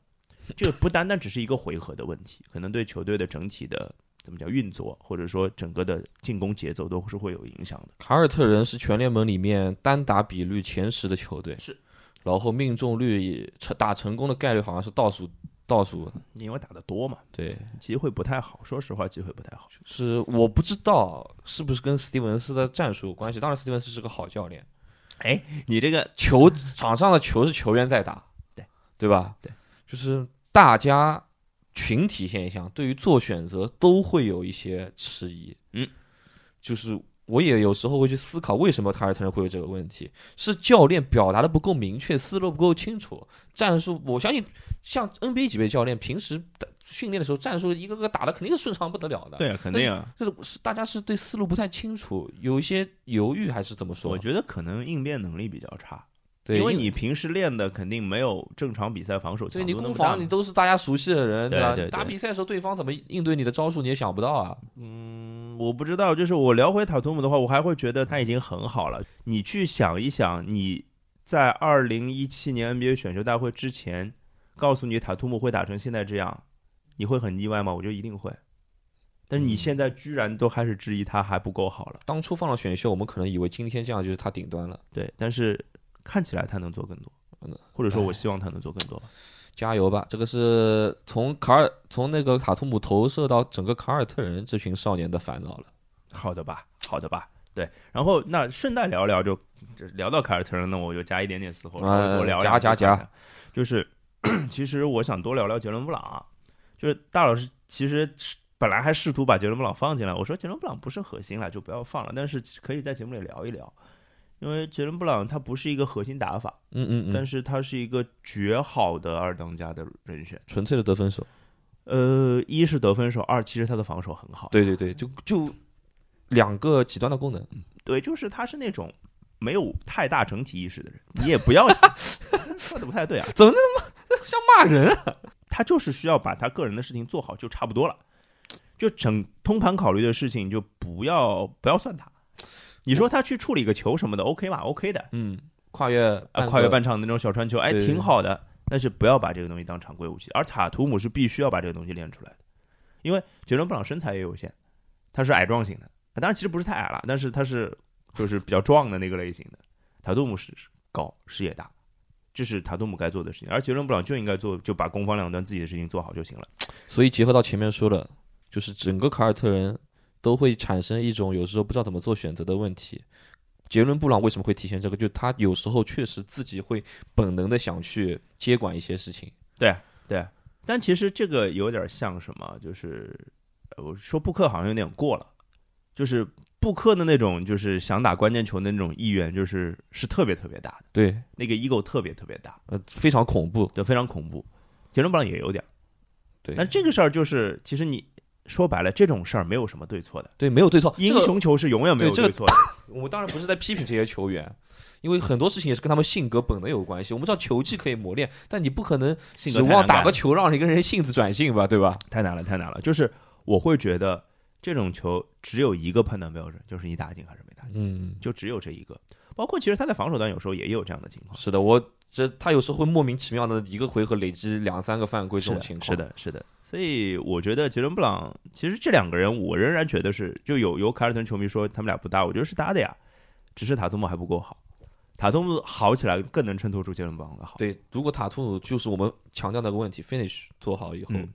[SPEAKER 1] 这个不单单只是一个回合的问题，可能对球队的整体的怎么讲运作，或者说整个的进攻节奏都是会有影响的。
[SPEAKER 2] 凯尔特人是全联盟里面单打比率前十的球队，
[SPEAKER 1] 是，
[SPEAKER 2] 然后命中率也成打成功的概率好像是倒数倒数，
[SPEAKER 1] 因为打得多嘛，
[SPEAKER 2] 对，
[SPEAKER 1] 机会不太好，说实话机会不太好。
[SPEAKER 2] 是我不知道是不是跟斯蒂文斯的战术有关系，当然斯蒂文斯是个好教练。
[SPEAKER 1] 哎，你这个
[SPEAKER 2] 球场上的球是球员在打，
[SPEAKER 1] 对
[SPEAKER 2] 对吧？
[SPEAKER 1] 对，
[SPEAKER 2] 就是大家群体现象，对于做选择都会有一些迟疑。
[SPEAKER 1] 嗯，
[SPEAKER 2] 就是我也有时候会去思考，为什么凯尔特人会有这个问题？是教练表达的不够明确，思路不够清楚，战术我相信像 NBA 级别教练平时打训练的时候，战术一个个打的肯定是顺畅不得了的。
[SPEAKER 1] 对啊，肯
[SPEAKER 2] 但是
[SPEAKER 1] 定啊。
[SPEAKER 2] 就是是大家是对思路不太清楚，有一些犹豫还是怎么说？
[SPEAKER 1] 我觉得可能应变能力比较差，
[SPEAKER 2] 对，
[SPEAKER 1] 因为你平时练的肯定没有正常比赛防守强
[SPEAKER 2] 所以
[SPEAKER 1] 度那
[SPEAKER 2] 你攻
[SPEAKER 1] 么大
[SPEAKER 2] 防你
[SPEAKER 1] 嘛。
[SPEAKER 2] 都是大家熟悉的人，
[SPEAKER 1] 对
[SPEAKER 2] 吧？
[SPEAKER 1] 对
[SPEAKER 2] 你打
[SPEAKER 1] 对
[SPEAKER 2] 比赛的时候，对方怎么应对你的招数，你也想不到啊。
[SPEAKER 1] 嗯我不知道，就是我聊回塔图姆的话，我还会觉得他已经很好了。你去想一想，你在二零一七年 NBA 选秀大会之前，告诉你塔图姆会打成现在这样，你会很意外吗？我觉得一定会。但是你
[SPEAKER 2] 嗯
[SPEAKER 1] 现在居然都开始质疑他还不够好了，
[SPEAKER 2] 当初放了选秀，我们可能以为今天这样就是他顶端了。
[SPEAKER 1] 对。但是看起来他能做更多
[SPEAKER 2] 嗯，
[SPEAKER 1] 或者说我希望他能做更多吧。
[SPEAKER 2] 加油吧！这个是从卡尔从那个塔图姆投射到整个卡尔特人这群少年的烦恼了。
[SPEAKER 1] 好的吧，好的吧，对。然后那顺带聊聊就，就聊到凯尔特人，那我就加一点点私货，稍微多聊
[SPEAKER 2] 嗯
[SPEAKER 1] 两句
[SPEAKER 2] 加加
[SPEAKER 1] 看看，啊就是 其实我想多聊聊杰伦布朗，啊就是大老师其实是本来还试图把杰伦布朗放进来，我说杰伦布朗不是核心了，就不要放了，但是可以在节目里聊一聊。因为杰伦布朗他不是一个核心打法，
[SPEAKER 2] 嗯嗯嗯，
[SPEAKER 1] 但是他是一个绝好的二当家的人选。
[SPEAKER 2] 纯粹的得分手。
[SPEAKER 1] 呃，一是得分手，二其实他的防守很好。
[SPEAKER 2] 对对对，就就两个极端的 功能。
[SPEAKER 1] 对，就是他是那种没有太大整体意识的人，你也不要说的不太对啊，
[SPEAKER 2] 像骂人啊！
[SPEAKER 1] 他就是需要把他个人的事情做好就差不多了，就整通盘考虑的事情就不要不要算他。你说他去处理一个球什么的，OK 嘛？OK 的，
[SPEAKER 2] 嗯，跨越
[SPEAKER 1] 啊，
[SPEAKER 2] 个
[SPEAKER 1] 跨越半场的那种小传球，哎，
[SPEAKER 2] 对
[SPEAKER 1] 挺好的。但是不要把这个东西当常规武器，而塔图姆是必须要把这个东西练出来的，因为杰伦布朗身材也有限，他是矮壮型的，当然其实不是太矮了，但是他是就是比较壮的那个类型的。塔图姆是是高，视野大，这是塔图姆该做的事情，而杰伦布朗就应该做，就把攻防两端自己的事情做好就行了。
[SPEAKER 2] 所以结合到前面说的，就是整个凯尔特人都会产生一种有时候不知道怎么做选择的问题。杰伦·布朗为什么会体现这个？就他有时候确实自己会本能的想去接管一些事情。
[SPEAKER 1] 但其实这个有点像什么，就是呃我说布克好像有点过了，就是布克的那种，就是想打关键球的那种意愿，就是是特别特别大的，
[SPEAKER 2] 对，
[SPEAKER 1] 那个 ego 特别特别大，
[SPEAKER 2] 呃，非常恐怖。
[SPEAKER 1] 就非常恐怖。杰伦布朗也有点，
[SPEAKER 2] 对，
[SPEAKER 1] 但这个事儿就是，其实你说白了，这种事儿没有什么对错的，
[SPEAKER 2] 对没有对错。
[SPEAKER 1] 英
[SPEAKER 2] 这个
[SPEAKER 1] 雄球是永远没有
[SPEAKER 2] 对这个
[SPEAKER 1] 对错的。
[SPEAKER 2] 我们当然不是在批评这些球员，因为很多事情也是跟他们性格本能有关系。我们知道球技可以磨练，但你不可能
[SPEAKER 1] 性格
[SPEAKER 2] 指
[SPEAKER 1] 太
[SPEAKER 2] 望
[SPEAKER 1] 难改
[SPEAKER 2] 打
[SPEAKER 1] 了
[SPEAKER 2] 个球让一个人性子转性吧，对吧？
[SPEAKER 1] 太难了，太难了。就是我会觉得这种球只有一个判断标准，就是你打进还是没打进，
[SPEAKER 2] 嗯，
[SPEAKER 1] 就只有这一个。包括其实他在防守端有时候也有这样的情况。
[SPEAKER 2] 是的，我这他有时候会莫名其妙的一个回合累积两三个犯规这种情况。
[SPEAKER 1] 是的，是的。所以我觉得杰伦布朗，其实这两个人，我仍然觉得是就有有凯尔特人球迷说他们俩不搭，我觉得是搭的呀，只是塔图姆还不够好。塔图姆好起来更能衬托出杰伦布朗的好。
[SPEAKER 2] 对，如果塔图姆就是我们强调那个问题，finish 做好以后，
[SPEAKER 1] 嗯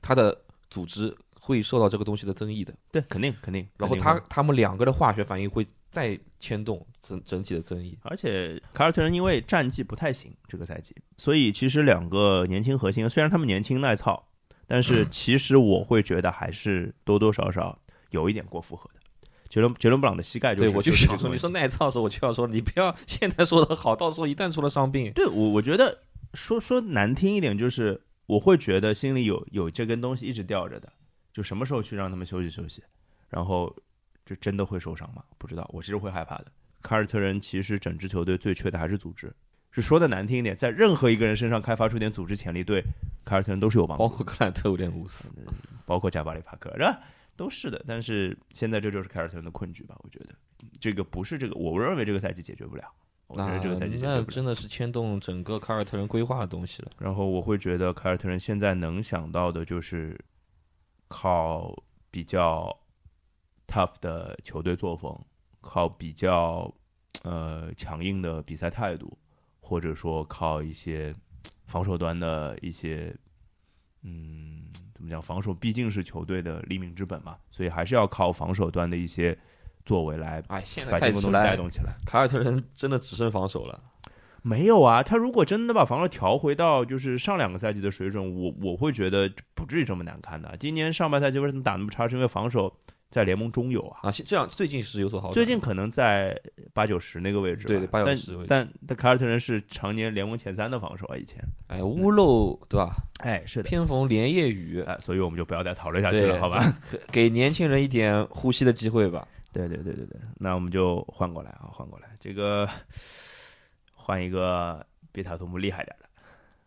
[SPEAKER 2] 他的组织会受到这个东西的争议的。
[SPEAKER 1] 对，肯定肯定。
[SPEAKER 2] 然后
[SPEAKER 1] 肯定
[SPEAKER 2] 他
[SPEAKER 1] 会，
[SPEAKER 2] 他们两个的化学反应会再牵动整整体的争议。
[SPEAKER 1] 而且凯尔特人因为战绩不太行这个赛季，所以其实两个年轻核心，虽然他们年轻耐操，但
[SPEAKER 2] 嗯
[SPEAKER 1] 是其实我会觉得还是多多少少有一点过负荷的。杰伦杰伦布朗的膝盖就是
[SPEAKER 2] 对，我
[SPEAKER 1] 就
[SPEAKER 2] 就是
[SPEAKER 1] 这
[SPEAKER 2] 想
[SPEAKER 1] 个
[SPEAKER 2] 说，
[SPEAKER 1] 问
[SPEAKER 2] 你
[SPEAKER 1] 题
[SPEAKER 2] 说耐操的时候，我就要说，你不要现在说的好，到时候一旦出了伤病，
[SPEAKER 1] 对我，我觉得说说难听一点，就是我会觉得心里有有这根东西一直吊着的，就什么时候去让他们休息休息，然后就真的会受伤吗？不知道，我其实会害怕的。凯尔特人其实整支球队最缺的还是组织，是说的难听一点，在任何一个人身上开发出点组织潜力，对凯尔特人都是有帮助
[SPEAKER 2] 包
[SPEAKER 1] 的，
[SPEAKER 2] 括格兰特有点无私。
[SPEAKER 1] 包括贾巴里·帕克，是吧？都是的。但是现在这就是凯尔特人的困局吧？我觉得这个不是这个，我认为这个赛季解决不了，我觉
[SPEAKER 2] 那
[SPEAKER 1] 得这个赛季解决不
[SPEAKER 2] 那
[SPEAKER 1] 了。
[SPEAKER 2] 真的是牵动整个凯尔特人规划的东西了。
[SPEAKER 1] 然后我会觉得凯尔特人现在能想到的就是靠比较 tough 的球队作风，靠比较呃强硬的比赛态度，或者说靠一些防守端的一些嗯怎么讲？防守毕竟是球队的立命之本嘛，所以还是要靠防守端的一些作为来
[SPEAKER 2] 哎，现在
[SPEAKER 1] 把进
[SPEAKER 2] 看
[SPEAKER 1] 攻
[SPEAKER 2] 起
[SPEAKER 1] 东西带
[SPEAKER 2] 来，
[SPEAKER 1] 动起来。
[SPEAKER 2] 凯尔特人真的只剩防守了。
[SPEAKER 1] 没有啊，他如果真的把防守调回到就是上两个赛季的水准，我我会觉得不至于这么难看的。今年上半赛季为什么打那么差，是因为防守在联盟中有啊，
[SPEAKER 2] 啊，现这样最近是有所好转。
[SPEAKER 1] 最近可能在八九十那个位置吧，
[SPEAKER 2] 对对8-9位
[SPEAKER 1] 但
[SPEAKER 2] 置
[SPEAKER 1] 但但凯尔特人是常年联盟前三的防守啊，以前，
[SPEAKER 2] 哎，屋漏对吧？
[SPEAKER 1] 哎，是的，
[SPEAKER 2] 偏逢连夜雨，
[SPEAKER 1] 哎，所以我们就不要再讨论下去
[SPEAKER 2] 对，
[SPEAKER 1] 了，好吧？？
[SPEAKER 2] 给年轻人一点呼吸的机会吧。
[SPEAKER 1] 对对对对对，那我们就换过来啊，换过来，这个换一个比塔图姆厉害点的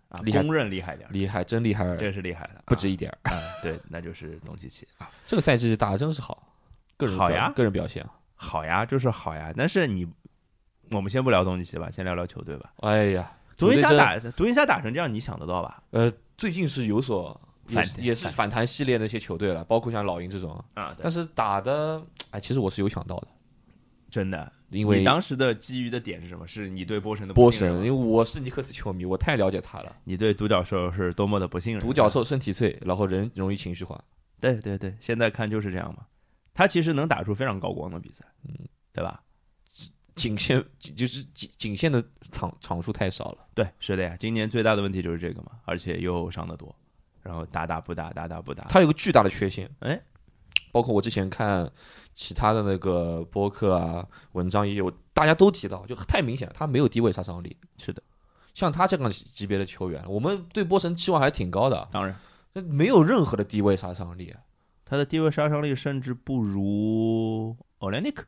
[SPEAKER 1] 啊，
[SPEAKER 2] 厉害
[SPEAKER 1] 公认厉害点的，
[SPEAKER 2] 厉害，真厉害，
[SPEAKER 1] 这是厉害的，
[SPEAKER 2] 不
[SPEAKER 1] 啊
[SPEAKER 2] 止一点儿。
[SPEAKER 1] 啊，对，那就是东契奇啊，
[SPEAKER 2] 这个赛季打得真是好，个人
[SPEAKER 1] 好
[SPEAKER 2] 表
[SPEAKER 1] 呀
[SPEAKER 2] 个人表现啊。
[SPEAKER 1] 好呀，就是好呀。但是你，我们先不聊东契奇吧，先聊聊球队吧。
[SPEAKER 2] 哎呀，
[SPEAKER 1] 独行侠
[SPEAKER 2] 球队
[SPEAKER 1] 打独行侠打成这样，你想得到吧？
[SPEAKER 2] 呃，最近是有所也
[SPEAKER 1] 反
[SPEAKER 2] 是也是
[SPEAKER 1] 反
[SPEAKER 2] 反弹系列的一些球队了，包括像老鹰这种。
[SPEAKER 1] 啊，
[SPEAKER 2] 但是打的，哎，其实我是有想到的。
[SPEAKER 1] 真的。
[SPEAKER 2] 因为
[SPEAKER 1] 你当时的基于的点是什么？是你对波神的
[SPEAKER 2] 波
[SPEAKER 1] 不信
[SPEAKER 2] 神，
[SPEAKER 1] 任
[SPEAKER 2] 因
[SPEAKER 1] 吗
[SPEAKER 2] 为我是尼克斯球迷，我太了解他了。
[SPEAKER 1] 你对独角兽是多么的不信任？
[SPEAKER 2] 独角，兽身体脆，然后人容易情绪化。
[SPEAKER 1] 对对对，现在看就是这样嘛。他其实能打出非常高光的比赛，嗯，对吧？
[SPEAKER 2] 仅限就是仅仅限的场场数太少了，
[SPEAKER 1] 对，是的呀。今年最大的问题就是这个嘛，而且又伤得多，然后打打不打，打打不打。
[SPEAKER 2] 它有个巨大的缺陷。
[SPEAKER 1] 啊哎，
[SPEAKER 2] 包括我之前看其他的那个播客啊、文章也有，大家都提到，就太明显了，他没有低位杀伤力。
[SPEAKER 1] 是的，
[SPEAKER 2] 像他这样级别的球员，我们对波神期望还挺高的，
[SPEAKER 1] 当然，
[SPEAKER 2] 那没有任何的低位杀伤力。
[SPEAKER 1] 他的低位杀伤力甚至不如奥连尼克，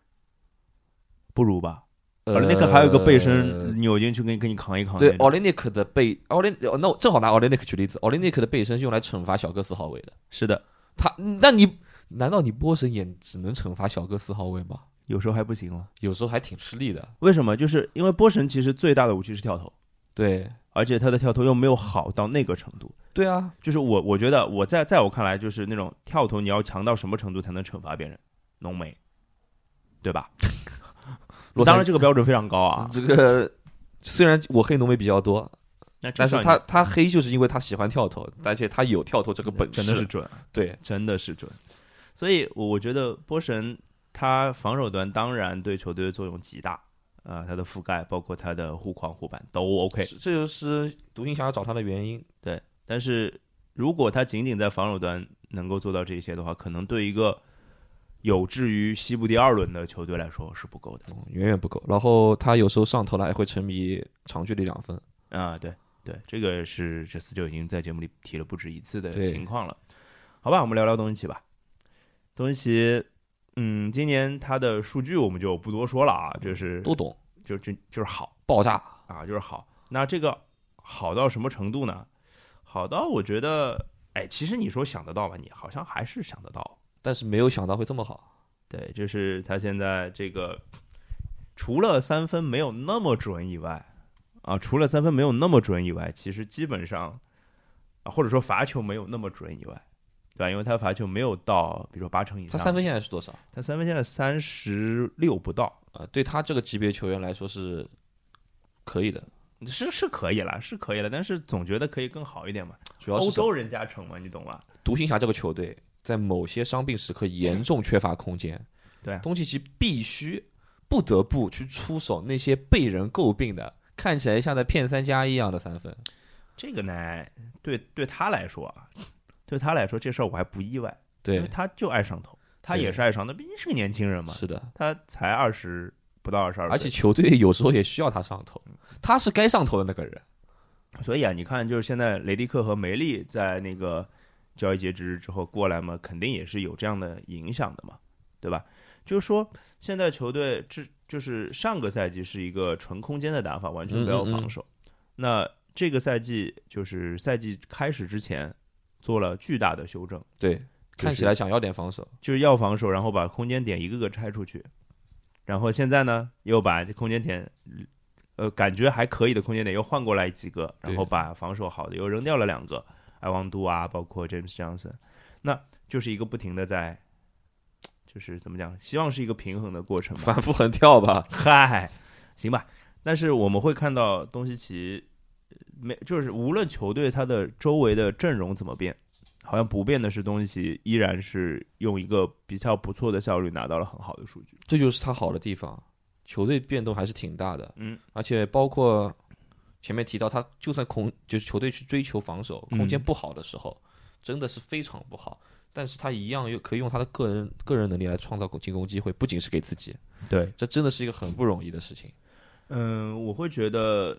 [SPEAKER 1] 不如吧？奥
[SPEAKER 2] 呃，
[SPEAKER 1] 连尼克还有个背身嗯扭进去给你给你扛一扛
[SPEAKER 2] 对
[SPEAKER 1] 那，种。
[SPEAKER 2] 奥林尼克的背，奥林，哦那我正好拿奥林尼克举例子，奥林尼克的背身是用来惩罚小个四号位的。
[SPEAKER 1] 是的，
[SPEAKER 2] 他，那你难道你波神也只能惩罚小个四号位吗？
[SPEAKER 1] 有时候还不行了。
[SPEAKER 2] 有时候还挺吃力的。
[SPEAKER 1] 为什么？就是因为波神其实最大的武器是跳投，
[SPEAKER 2] 对，
[SPEAKER 1] 而且他的跳投又没有好到那个程度。
[SPEAKER 2] 对啊，
[SPEAKER 1] 就是我我觉得我在在我看来，就是那种跳投你要强到什么程度才能惩罚别人？浓眉，对 吧？
[SPEAKER 2] 洛
[SPEAKER 1] 当
[SPEAKER 2] 杉
[SPEAKER 1] 然这个标准非常高啊。
[SPEAKER 2] 这个虽然我黑浓眉比较多，
[SPEAKER 1] 那至
[SPEAKER 2] 但是
[SPEAKER 1] 少
[SPEAKER 2] 他
[SPEAKER 1] 你
[SPEAKER 2] 他黑就是因为他喜欢跳投，而且他有跳投这个本事。
[SPEAKER 1] 真的是准，啊
[SPEAKER 2] 对，
[SPEAKER 1] 真的是准。所以我我觉得波神他防守端当然对球队的作用极大啊、呃他的覆盖包括他的护框护板都 OK，
[SPEAKER 2] 这这就是独行侠要找他的原因。
[SPEAKER 1] 但是如果他仅仅在防守端能够做到这些的话，可能对一个有志于西部第二轮的球队来说是不够的。
[SPEAKER 2] 嗯远远不够，然后他有时候上头了还会沉迷长距离两分，
[SPEAKER 1] 啊，对对，这个是这四九已经在节目里提了不止一次的
[SPEAKER 2] 对
[SPEAKER 1] 情况了。好吧，我们聊聊东契奇吧。东契奇，嗯，今年他的数据我们就不多说了啊，就是
[SPEAKER 2] 都懂
[SPEAKER 1] 就就就是好
[SPEAKER 2] 爆炸，
[SPEAKER 1] 啊，就是好。那这个好到什么程度呢？好到我觉得，哎，其实你说想得到吧，你好像还是想得到。
[SPEAKER 2] 但是没有想到会这么好。
[SPEAKER 1] 对，就是他现在这个除了三分没有那么准以外，啊，除了三分没有那么准以外，其实基本上啊，或者说罚球没有那么准以外，对吧？因为他罚球没有到，比如说八成以上。
[SPEAKER 2] 他三分，现在是多少？
[SPEAKER 1] 他三分现在三十六不到，
[SPEAKER 2] 呃，对他这个级别球员来说是可以的，
[SPEAKER 1] 是是可以了，是可以了，但是总觉得可以更好一点嘛。
[SPEAKER 2] 主要
[SPEAKER 1] 欧
[SPEAKER 2] 是什么
[SPEAKER 1] 洲人加成嘛，你懂吧？
[SPEAKER 2] 独行侠这个球队在某些伤病时刻严重缺乏空间，
[SPEAKER 1] 对啊
[SPEAKER 2] 东契奇必须不得不去出手那些被人诟病的，看起来像在骗三加一一样的三分。
[SPEAKER 1] 这个呢，对对他来说啊，对他来说这事儿我还不意外，因为
[SPEAKER 2] 对，
[SPEAKER 1] 他就爱上头，他
[SPEAKER 2] 对
[SPEAKER 1] 也是爱上头，毕竟是个年轻人嘛。
[SPEAKER 2] 是的，
[SPEAKER 1] 他才二十不到二十二，
[SPEAKER 2] 而且嗯球队有时候也需要他上头，他是该上头的那个人。
[SPEAKER 1] 所以啊，你看，就是现在雷迪克和梅利在那个交易截止日之后过来嘛，肯定也是有这样的影响的嘛，对吧？就是说，现在球队这就是上个赛季是一个纯空间的打法，完全
[SPEAKER 2] 嗯
[SPEAKER 1] 不要防守。那这个赛季就是赛季开始之前做了巨大的修正，
[SPEAKER 2] 对，看起来想要点防守，
[SPEAKER 1] 就是要防守，然后把空间点一个个拆出去，然后现在呢又把这空间点，呃，感觉还可以的空间点又换过来几个，
[SPEAKER 2] 对
[SPEAKER 1] 然后把防守好的又扔掉了两个，埃旺杜啊，包括 James Johnson，那就是一个不停的在，就是怎么讲，希望是一个平衡的过程吧。
[SPEAKER 2] 反复横跳吧。
[SPEAKER 1] 嗨，行吧。但是我们会看到东契奇，没就是无论球队他的周围的阵容怎么变，好像不变的是东契奇依然是用一个比较不错的效率拿到了很好的数据。
[SPEAKER 2] 这就是他好的地方。球队变动还是挺大的，
[SPEAKER 1] 嗯，
[SPEAKER 2] 而且包括前面提到，他就算空就是球队去追求防守，
[SPEAKER 1] 嗯
[SPEAKER 2] 空间不好的时候，真的是非常不好。但是他一样又可以用他的个人个人能力来创造进攻机会，不仅是给自己，
[SPEAKER 1] 对，
[SPEAKER 2] 这真的是一个很不容易的事情。
[SPEAKER 1] 嗯，我会觉得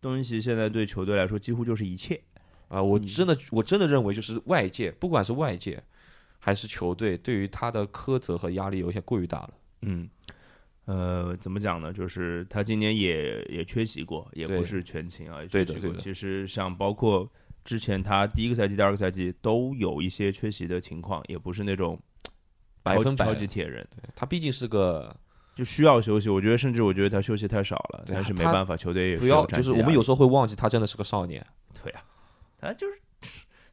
[SPEAKER 1] 东契奇现在对球队来说几乎就是一切。
[SPEAKER 2] 啊、我
[SPEAKER 1] 嗯
[SPEAKER 2] 真的我真的认为，就是外界，不管是外界还是球队，对于他的苛责和压力有些过于大了。
[SPEAKER 1] 嗯，呃，怎么讲呢？就是他今年也也缺席过，也
[SPEAKER 2] 对
[SPEAKER 1] 不是全勤啊。也
[SPEAKER 2] 对
[SPEAKER 1] 缺
[SPEAKER 2] 的
[SPEAKER 1] 席
[SPEAKER 2] 对
[SPEAKER 1] 过
[SPEAKER 2] 的
[SPEAKER 1] 其实像包括之前他第一个赛季、第二个赛季都有一些缺席的情况，也不是那种
[SPEAKER 2] 百
[SPEAKER 1] 超
[SPEAKER 2] 分啊百
[SPEAKER 1] 超级铁人，
[SPEAKER 2] 他毕竟是个
[SPEAKER 1] 就需要休息。我觉得甚至我觉得他休息太少了，
[SPEAKER 2] 对啊
[SPEAKER 1] 但
[SPEAKER 2] 他
[SPEAKER 1] 是没办法，球队也
[SPEAKER 2] 不
[SPEAKER 1] 需要
[SPEAKER 2] 要，
[SPEAKER 1] 战绩
[SPEAKER 2] 就是我们
[SPEAKER 1] 压
[SPEAKER 2] 有
[SPEAKER 1] 力
[SPEAKER 2] 时候会忘记他真的是个少年，
[SPEAKER 1] 对呀、他就是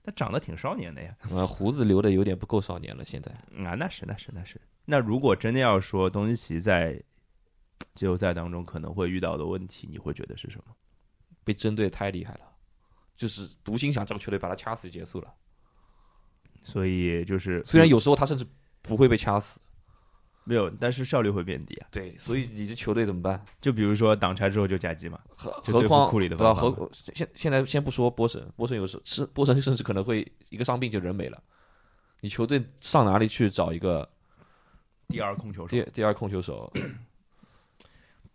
[SPEAKER 1] 他长得挺少年的呀。
[SPEAKER 2] 呃，胡子留的有点不够少年了，现在。
[SPEAKER 1] 嗯啊，那是那是那是。那如果真的要说东契奇在季后赛当中可能会遇到的问题，你会觉得是什么？
[SPEAKER 2] 被针对太厉害了，就是独行侠这个球队把他掐死就结束了。
[SPEAKER 1] 所以就是
[SPEAKER 2] 虽然有时候他甚至不会被掐死，
[SPEAKER 1] 没有，但是效率会变低啊。
[SPEAKER 2] 对，所以你这球队怎么办？
[SPEAKER 1] 就比如说挡拆之后就夹击嘛，
[SPEAKER 2] 何
[SPEAKER 1] 就
[SPEAKER 2] 何
[SPEAKER 1] 对付
[SPEAKER 2] 况
[SPEAKER 1] 库里的
[SPEAKER 2] 对吧？
[SPEAKER 1] 方
[SPEAKER 2] 何
[SPEAKER 1] 法
[SPEAKER 2] 现现在先不说波神，波神有时候是波神甚至可能会一个伤病就人没了，你球队上哪里去找一个
[SPEAKER 1] 第二控球手
[SPEAKER 2] 第第二控球手？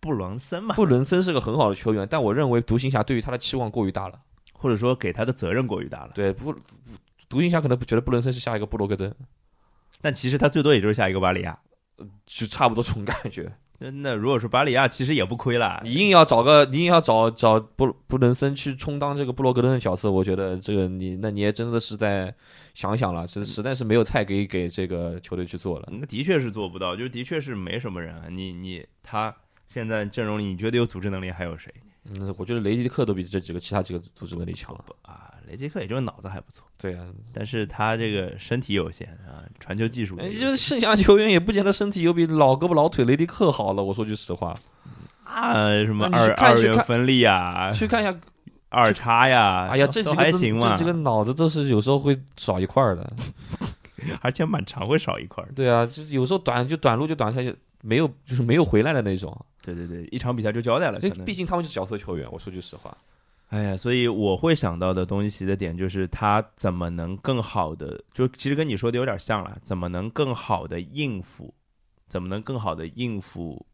[SPEAKER 1] 布伦森嘛，
[SPEAKER 2] 布伦森是个很好的球员，但我认为独行侠对于他的期望过于大了。
[SPEAKER 1] 或者说给他的责任过于大了。
[SPEAKER 2] 对，不，不独行侠可能觉得布伦森是下一个布罗格登，
[SPEAKER 1] 但其实他最多也就是下一个巴里亚。
[SPEAKER 2] 就差不多这种感觉。
[SPEAKER 1] 那那如果是巴里亚，其实也不亏啦。
[SPEAKER 2] 你硬要找个，你硬要找找布布伦森去充当这个布罗格登的角色，我觉得这个你那你也真的是在想想了，这实在是没有菜给给这个球队去做了。
[SPEAKER 1] 那的确是做不到，就的确是没什么人啊。你你他现在阵容里，你觉得有组织能力还有谁
[SPEAKER 2] 嗯，我觉得雷迪克都比这几个其他几个组织能力强。
[SPEAKER 1] 啊？雷杰克也就是脑子还不错，
[SPEAKER 2] 对啊，
[SPEAKER 1] 但是他这个身体有限啊，传球技术
[SPEAKER 2] 哎
[SPEAKER 1] 也有
[SPEAKER 2] 就是剩下的球员也不见得身体有比老胳膊老腿雷迪克好了。我说句实话，
[SPEAKER 1] 啊，什么
[SPEAKER 2] 那你去
[SPEAKER 1] 二
[SPEAKER 2] 看
[SPEAKER 1] 二
[SPEAKER 2] 去
[SPEAKER 1] 元
[SPEAKER 2] 看
[SPEAKER 1] 分力啊，
[SPEAKER 2] 去看一下，
[SPEAKER 1] 二叉呀，
[SPEAKER 2] 哎呀，
[SPEAKER 1] 都
[SPEAKER 2] 这几
[SPEAKER 1] 都
[SPEAKER 2] 个
[SPEAKER 1] 还
[SPEAKER 2] 哎都
[SPEAKER 1] 行嘛，
[SPEAKER 2] 这这个脑子都是有时候会少一块儿的。
[SPEAKER 1] 而且满场会少一块儿的。
[SPEAKER 2] 对啊，就是有时候短就短路就短下去，没有就是没有回来的那种。
[SPEAKER 1] 对对对，一场比赛就交代了，可
[SPEAKER 2] 这
[SPEAKER 1] 能
[SPEAKER 2] 毕竟他们就是角色球员，我说句实话。
[SPEAKER 1] 哎呀，所以我会想到的东西奇的点就是他怎么能更好的，就其实跟你说的有点像了，怎么能更好的应付，怎么能更好的应付，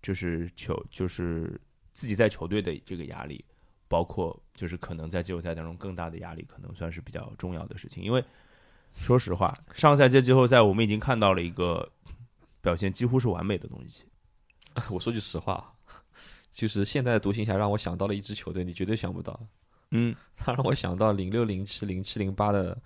[SPEAKER 1] 就是球就是自己在球队的这个压力，包括就是可能在季后赛当中更大的压力，可能算是比较重要的事情。因为说实话，上赛季季后赛我们已经看到了一个表现几乎是完美的东西，
[SPEAKER 2] 我说句实话，就是现在的独行侠让我想到了一支球队，你绝对想不到，
[SPEAKER 1] 嗯，
[SPEAKER 2] 他让我想到零六、零七、零七、零八的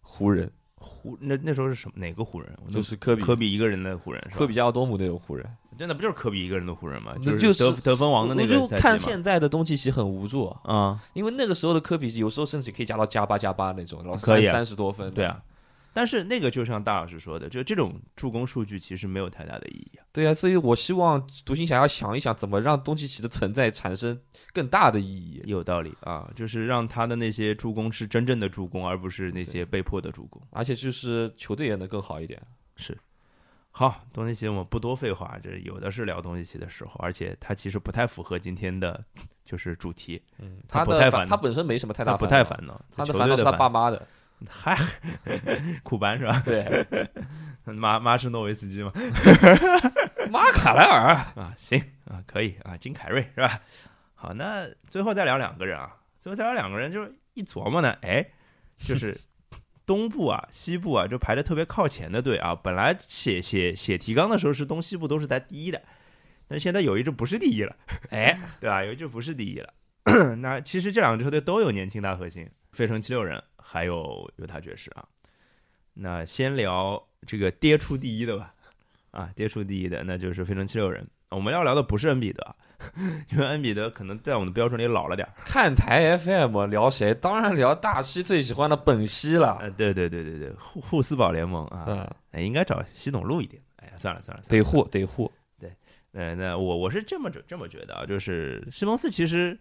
[SPEAKER 2] 湖人，
[SPEAKER 1] 湖那那时候是什么哪个湖人？我那
[SPEAKER 2] 就是科比、
[SPEAKER 1] 嗯科比一个人的湖人是吧？
[SPEAKER 2] 科比加奥多姆那种湖人。
[SPEAKER 1] 真的不就是科比一个人的湖人吗？
[SPEAKER 2] 那
[SPEAKER 1] 是
[SPEAKER 2] 就
[SPEAKER 1] 得
[SPEAKER 2] 是
[SPEAKER 1] 得分王的那
[SPEAKER 2] 我
[SPEAKER 1] 个
[SPEAKER 2] 就
[SPEAKER 1] 赛
[SPEAKER 2] 看
[SPEAKER 1] 季嘛。
[SPEAKER 2] 现在的东契奇很无助，
[SPEAKER 1] 啊、
[SPEAKER 2] 因为那个时候的科比有时候甚至可以加到加八加八那种，老
[SPEAKER 1] 可以啊
[SPEAKER 2] 三十多分。
[SPEAKER 1] 对啊，。但是那个就像大老师说的，就这种助攻数据其实没有太大的意义啊。
[SPEAKER 2] 对啊，所以我希望独行侠要想一想怎么让东契奇的存在产生更大的意义。
[SPEAKER 1] 有道理啊，就是让他的那些助攻是真正的助攻，而不是那些被迫的助攻。
[SPEAKER 2] 而且就是球队也能更好一点，
[SPEAKER 1] 好，东契奇，我们不多废话，这有的是聊东契奇的时候，而且他其实不太符合今天的就是主题，
[SPEAKER 2] 嗯，
[SPEAKER 1] 他
[SPEAKER 2] 他
[SPEAKER 1] 不
[SPEAKER 2] 的
[SPEAKER 1] 太
[SPEAKER 2] 烦
[SPEAKER 1] 烦
[SPEAKER 2] 他本身没什么太
[SPEAKER 1] 他
[SPEAKER 2] 大
[SPEAKER 1] 不
[SPEAKER 2] 烦
[SPEAKER 1] 太
[SPEAKER 2] 恼，啊
[SPEAKER 1] 烦恼，
[SPEAKER 2] 他的
[SPEAKER 1] 球
[SPEAKER 2] 烦恼
[SPEAKER 1] 队
[SPEAKER 2] 是
[SPEAKER 1] 的
[SPEAKER 2] 他爸 妈的，
[SPEAKER 1] 嗨，库班是吧？
[SPEAKER 2] 对，
[SPEAKER 1] 妈妈是诺维斯基吗？
[SPEAKER 2] 马 卡莱尔，
[SPEAKER 1] 啊，行啊，可以啊，金凯瑞是吧？好，那最后再聊两个人啊，最后再聊两个人，就是一琢磨呢，哎，就是 东部啊、西部啊，就排的特别靠前的队啊，本来写写写提纲的时候是东西部都是在第一的，但是现在有一支不是第一了，
[SPEAKER 2] 哎，
[SPEAKER 1] 对吧？有一支不是第一了。那其实这两支球队都有年轻大核心，费城七六人还有犹他爵士啊。那先聊这个跌出第一的吧，啊，跌出第一的那就是费城七六人。我们要聊的不是恩比德， 因为恩比德可能在我们的标准里老了点儿。
[SPEAKER 2] 看台 FM 聊谁？当然聊大西最喜欢的本西了，
[SPEAKER 1] 呃，对对对对对，互互斯堡联盟啊，
[SPEAKER 2] 嗯，
[SPEAKER 1] 哎，应该找西董路一点。哎呀，算了算了，算了
[SPEAKER 2] 得护得护，
[SPEAKER 1] 呃，那我我是这么这么觉得啊，就是西蒙斯其实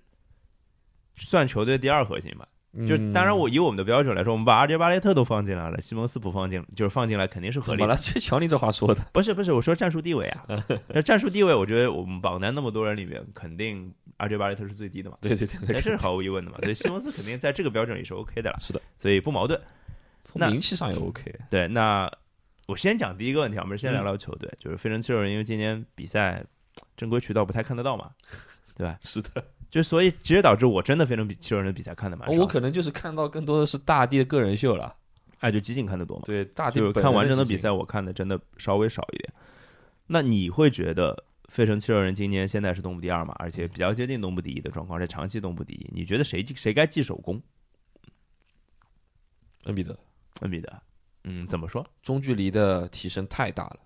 [SPEAKER 1] 算球队第二核心吧，就
[SPEAKER 2] 嗯
[SPEAKER 1] 当然，我以我们的标准来说，我们把阿杰巴雷特都放进来了，西蒙斯不放进，就是放进来肯定是合
[SPEAKER 2] 怎
[SPEAKER 1] 理
[SPEAKER 2] 么
[SPEAKER 1] 的。
[SPEAKER 2] 了？嗯这瞧你这话说的，
[SPEAKER 1] 不是不是，我说战术地位啊，那战术地位，我觉得我们榜单那么多人里面，肯定阿杰巴雷特是最低的嘛，
[SPEAKER 2] 对对对
[SPEAKER 1] 那
[SPEAKER 2] 对，
[SPEAKER 1] 这是毫无疑问的嘛。所以西蒙斯肯定在这个标准里是 OK 的了，
[SPEAKER 2] 是的，
[SPEAKER 1] 所以不矛盾。
[SPEAKER 2] 从
[SPEAKER 1] 那
[SPEAKER 2] 名气上也 OK，
[SPEAKER 1] 对，那我先讲第一个问题啊，我们先
[SPEAKER 2] 嗯
[SPEAKER 1] 聊聊球队，就是费城七六人，因为今年比赛正规渠道不太看得到嘛，对吧？
[SPEAKER 2] 是的，哦
[SPEAKER 1] 就所以直接导致我真的非常比七六人的比赛看的蛮少的，
[SPEAKER 2] 我可能就是看到更多的是大地的个人秀了，
[SPEAKER 1] 哎，就集锦看的多嘛。
[SPEAKER 2] 对，大地
[SPEAKER 1] 就是
[SPEAKER 2] 本
[SPEAKER 1] 看
[SPEAKER 2] 人
[SPEAKER 1] 完整的
[SPEAKER 2] 集
[SPEAKER 1] 比
[SPEAKER 2] 锦，
[SPEAKER 1] 赛，我看的真的稍微少一点。那你会觉得费城七六人今年现在是东部第二嘛？而且比较接近东部第一的状况，是长期东部第一。你觉得谁谁该记首功？
[SPEAKER 2] 恩比德
[SPEAKER 1] 恩比德，嗯，怎么说？
[SPEAKER 2] 嗯中距离的提升太大了，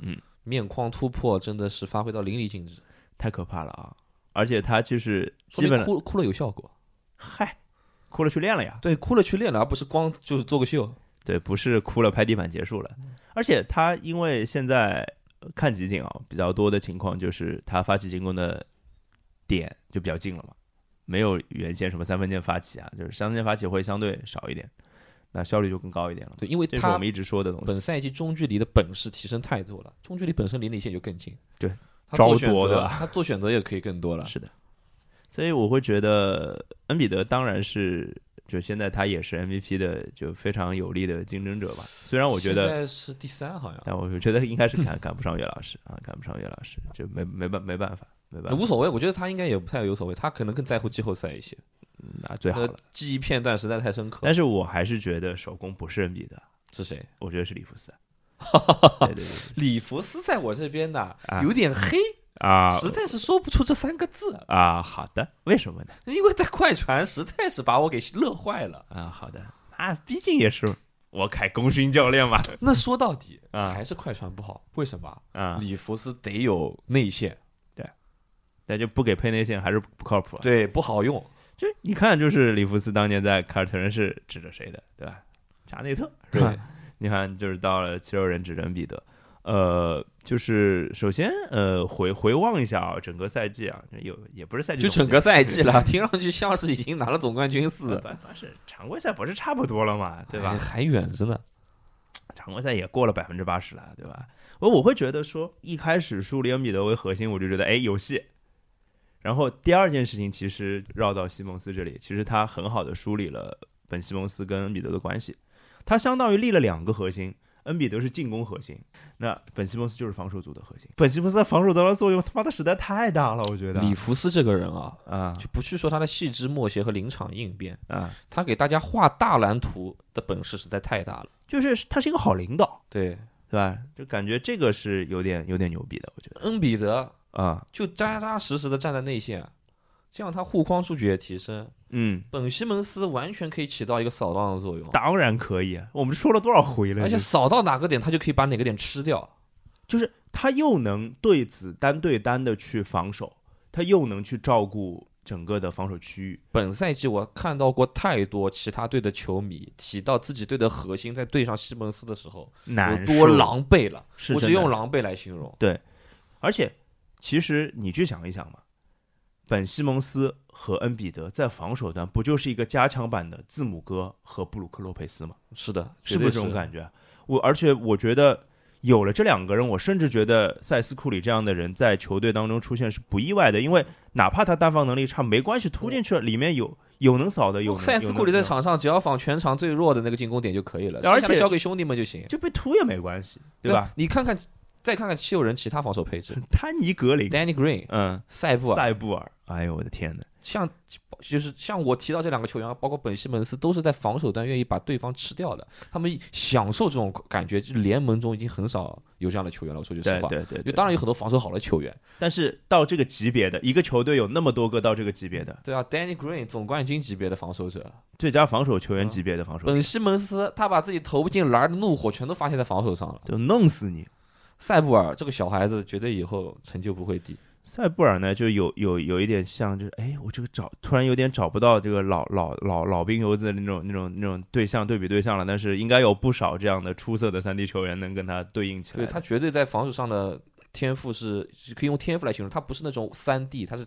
[SPEAKER 1] 嗯，
[SPEAKER 2] 面框突破真的是发挥到淋漓尽致，
[SPEAKER 1] 太可怕了啊！而且他就是
[SPEAKER 2] 说
[SPEAKER 1] 基
[SPEAKER 2] 明
[SPEAKER 1] 本
[SPEAKER 2] 哭哭了有效果，
[SPEAKER 1] 嗨，哭了去练了呀。
[SPEAKER 2] 对，哭了去练了，而不是光就是做个秀，嗯
[SPEAKER 1] 对，不是哭了拍地板结束了。而且他因为现在看集锦啊，比较多的情况就是他发起进攻的点就比较近了嘛，没有原先什么三分线发起啊，就是三分线发起会相对少一点，那效率就更高一点了嘛。
[SPEAKER 2] 对，因为
[SPEAKER 1] 这是我
[SPEAKER 2] 他
[SPEAKER 1] 们一直说的东
[SPEAKER 2] 本
[SPEAKER 1] 西，
[SPEAKER 2] 赛季中距离的本事提升太多了，中距离本身离内线就更近，
[SPEAKER 1] 对，
[SPEAKER 2] 他做
[SPEAKER 1] 招
[SPEAKER 2] 选
[SPEAKER 1] 夺对
[SPEAKER 2] 择
[SPEAKER 1] 吧，
[SPEAKER 2] 他做选择也可以更多了，
[SPEAKER 1] 是的。所以我会觉得恩比德当然是就现在他也是 MVP 的就非常有力的竞争者吧，虽然我觉得
[SPEAKER 2] 现在是第三好像。
[SPEAKER 1] 但我觉得应该是赶赶不上岳老师啊，赶不上岳老师，就没没办没办法，没办法，
[SPEAKER 2] 无所谓，我觉得他应该也不太有所谓，他可能更在乎季后赛一些。
[SPEAKER 1] 嗯那最好
[SPEAKER 2] 呃
[SPEAKER 1] 了。
[SPEAKER 2] 记忆片段实在太深刻。
[SPEAKER 1] 但是我还是觉得手工不是恩比德，
[SPEAKER 2] 是谁？
[SPEAKER 1] 我觉得是里弗 斯。对对对对
[SPEAKER 2] 里弗斯在我这边呢
[SPEAKER 1] 啊，
[SPEAKER 2] 有点黑，
[SPEAKER 1] 啊
[SPEAKER 2] 实在是说不出这三个字，
[SPEAKER 1] 啊，好的，为什么呢？
[SPEAKER 2] 因为在快船实在是把我给乐坏了。
[SPEAKER 1] 啊，好的，那毕竟也是我凯功勋教练嘛。
[SPEAKER 2] 那说到底
[SPEAKER 1] 啊
[SPEAKER 2] 还是快船不好，为什么？
[SPEAKER 1] 啊，
[SPEAKER 2] 里弗斯得有内线，
[SPEAKER 1] 但就不给配内线还是不靠谱啊。
[SPEAKER 2] 对，不好用。
[SPEAKER 1] 就你看，就是里弗斯当年在凯尔特人是指着谁的，对吧？查内特是 吧
[SPEAKER 2] 对？，
[SPEAKER 1] 你看，就是到了七六人指人彼得，呃，就是首先呃回回望一下啊，整个赛季啊，有也不是赛季
[SPEAKER 2] 就
[SPEAKER 1] 总结，
[SPEAKER 2] 整个赛 季了，听上去像是已经拿了总冠军似
[SPEAKER 1] 呃
[SPEAKER 2] 的，
[SPEAKER 1] 不不是常规赛不是差不多了嘛， 对吧
[SPEAKER 2] 哎？还远着呢。
[SPEAKER 1] 常规赛也过了百分之八十了，对吧？我我会觉得说，一开始树立恩比德为核心，我就觉得哎有戏。然后第二件事情，其实绕到西蒙斯这里，其实他很好的梳理了本西蒙斯跟恩比德的关系。他相当于立了两个核心，恩比德是进攻核心，那本西蒙斯就是防守组的核心。本西蒙斯在防守端的作用，他妈的实在太大了，我觉得。
[SPEAKER 2] 里弗斯这个人啊，
[SPEAKER 1] 啊
[SPEAKER 2] 就不去说他的细枝末节和临场应变，
[SPEAKER 1] 啊，
[SPEAKER 2] 他给大家画大蓝图的本事实在太大了。
[SPEAKER 1] 就是他是一个好领导，
[SPEAKER 2] 对，
[SPEAKER 1] 对吧？就感觉这个是有点有点牛逼的，我觉得
[SPEAKER 2] 恩比德
[SPEAKER 1] 啊，
[SPEAKER 2] 就扎扎实实的站在内线，这样他护框数据也提升，
[SPEAKER 1] 嗯，
[SPEAKER 2] 本西蒙斯完全可以起到一个扫荡的作用，
[SPEAKER 1] 当然可以啊，我们说了多少回了？
[SPEAKER 2] 而且扫到哪个点，他就可以把哪个点吃掉。
[SPEAKER 1] 就是他又能对此单对单的去防守，他又能去照顾整个的防守区域。
[SPEAKER 2] 本赛季我看到过太多其他队的球迷提到自己队的核心在对上西蒙斯的时候有
[SPEAKER 1] 难
[SPEAKER 2] 多
[SPEAKER 1] 受，
[SPEAKER 2] 狼狈了，
[SPEAKER 1] 是
[SPEAKER 2] 我只
[SPEAKER 1] 真的
[SPEAKER 2] 用狼狈来形容。
[SPEAKER 1] 而且，其实你去想一想嘛，本西蒙斯和恩比德在防守端不就是一个加强版的字母哥和布鲁克洛佩斯吗？
[SPEAKER 2] 是的，
[SPEAKER 1] 是不是
[SPEAKER 2] 绝
[SPEAKER 1] 这
[SPEAKER 2] 对
[SPEAKER 1] 种感觉？我而且我觉得有了这两个人，我甚至觉得塞斯库里这样的人在球队当中出现是不意外的，因为哪怕他单防能力差没关系，突进去了里面有有能扫的，有能
[SPEAKER 2] 塞斯
[SPEAKER 1] 有能
[SPEAKER 2] 库里在
[SPEAKER 1] 有能
[SPEAKER 2] 场上只要防全场最弱的那个进攻点就可以了，
[SPEAKER 1] 而
[SPEAKER 2] 剩下的
[SPEAKER 1] 且
[SPEAKER 2] 交给兄弟们就行，
[SPEAKER 1] 就被突也没关系，对吧？？
[SPEAKER 2] 你看看，再看看七六人其他防 守配置
[SPEAKER 1] 丹尼格林，
[SPEAKER 2] ，Danny Green、
[SPEAKER 1] 嗯，
[SPEAKER 2] 塞布尔，
[SPEAKER 1] 塞布尔，哎呦我的天呐，
[SPEAKER 2] 像就是像我提到这两个球员啊，包括本西蒙斯，都是在防守端愿意把对方吃掉的，他们享受这种感觉。就联盟中已经很少有这样的球员了，我说句实
[SPEAKER 1] 对
[SPEAKER 2] 话。
[SPEAKER 1] 对对
[SPEAKER 2] 就
[SPEAKER 1] 对，
[SPEAKER 2] 当然有很多防守好的球员，
[SPEAKER 1] 但是到这个级别的一个球队有那么多个到这个级别的
[SPEAKER 2] 对啊，Danny Green 总冠军级别的防守者，
[SPEAKER 1] 最佳防守球员级别的防守，
[SPEAKER 2] 本西蒙斯他把自己投不进篮儿的怒火全都发泄在防守上了。
[SPEAKER 1] 就弄死你。
[SPEAKER 2] 塞布尔这个小孩子绝对以后成就不会低，
[SPEAKER 1] 塞布尔呢，就有有有一点像，就是哎，我这个找突然有点找不到这个老老老老兵油子的那种那种那种对象对比对象了，但是应该有不少这样的出色的三 D 球员能跟他对应起来
[SPEAKER 2] 对
[SPEAKER 1] 的。
[SPEAKER 2] 他绝对在防守上的天赋是是可以用天赋来形容，他不是那种三 D，他是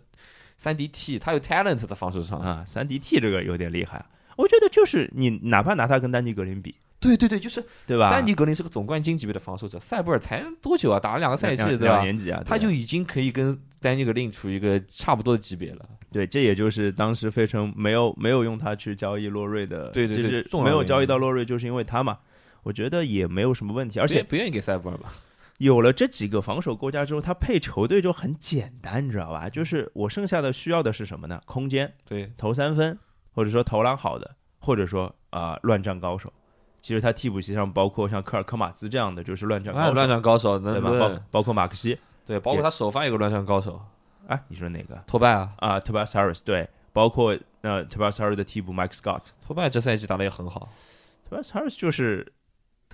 [SPEAKER 2] 三 D T，他有 talent 在防守上。
[SPEAKER 1] 啊，三 D T 这个有点厉害，我觉得就是你哪怕拿他跟丹尼格林比，
[SPEAKER 2] 对对对，就是
[SPEAKER 1] 对吧？
[SPEAKER 2] 丹尼格林是个总冠军级别的防守者，塞布尔才多久啊？打了两个赛季，
[SPEAKER 1] 两
[SPEAKER 2] 对
[SPEAKER 1] 两
[SPEAKER 2] 吧？
[SPEAKER 1] 年级啊，对
[SPEAKER 2] 他就已经可以跟丹尼格林处于一个差不多的级别了。
[SPEAKER 1] 对，这也就是当时费城没有没有用他去交易洛瑞的，
[SPEAKER 2] 对对对
[SPEAKER 1] 就是
[SPEAKER 2] 重要
[SPEAKER 1] 没有
[SPEAKER 2] 原
[SPEAKER 1] 交易
[SPEAKER 2] 因
[SPEAKER 1] 到洛瑞，就是因为他嘛。我觉得也没有什么问题，而
[SPEAKER 2] 而
[SPEAKER 1] 且
[SPEAKER 2] 不愿意给塞布尔吧？
[SPEAKER 1] 有了这几个防守构架之后，他配球队就很简单，你知道吧？就是我剩下的需要的是什么呢？空间、
[SPEAKER 2] 对，
[SPEAKER 1] 投三分，或者说投篮好的，或者说啊、乱战高手。其实他替补席上包括像科尔科马兹这样的，就是乱战
[SPEAKER 2] 哎
[SPEAKER 1] 高手，
[SPEAKER 2] 乱战高手
[SPEAKER 1] 对
[SPEAKER 2] 能
[SPEAKER 1] 吧
[SPEAKER 2] 不？
[SPEAKER 1] 包
[SPEAKER 2] 能？
[SPEAKER 1] 包括马克西，
[SPEAKER 2] 对，包括他首发有个乱战高手，
[SPEAKER 1] 啊，你说哪个
[SPEAKER 2] 托拜啊，
[SPEAKER 1] 啊 t o b a s a r i s 对，包括呃 t o b a s a r i s 的替补 Mike Scott。
[SPEAKER 2] 托拜这赛季打得也很好，
[SPEAKER 1] t o b a s a r i s 就是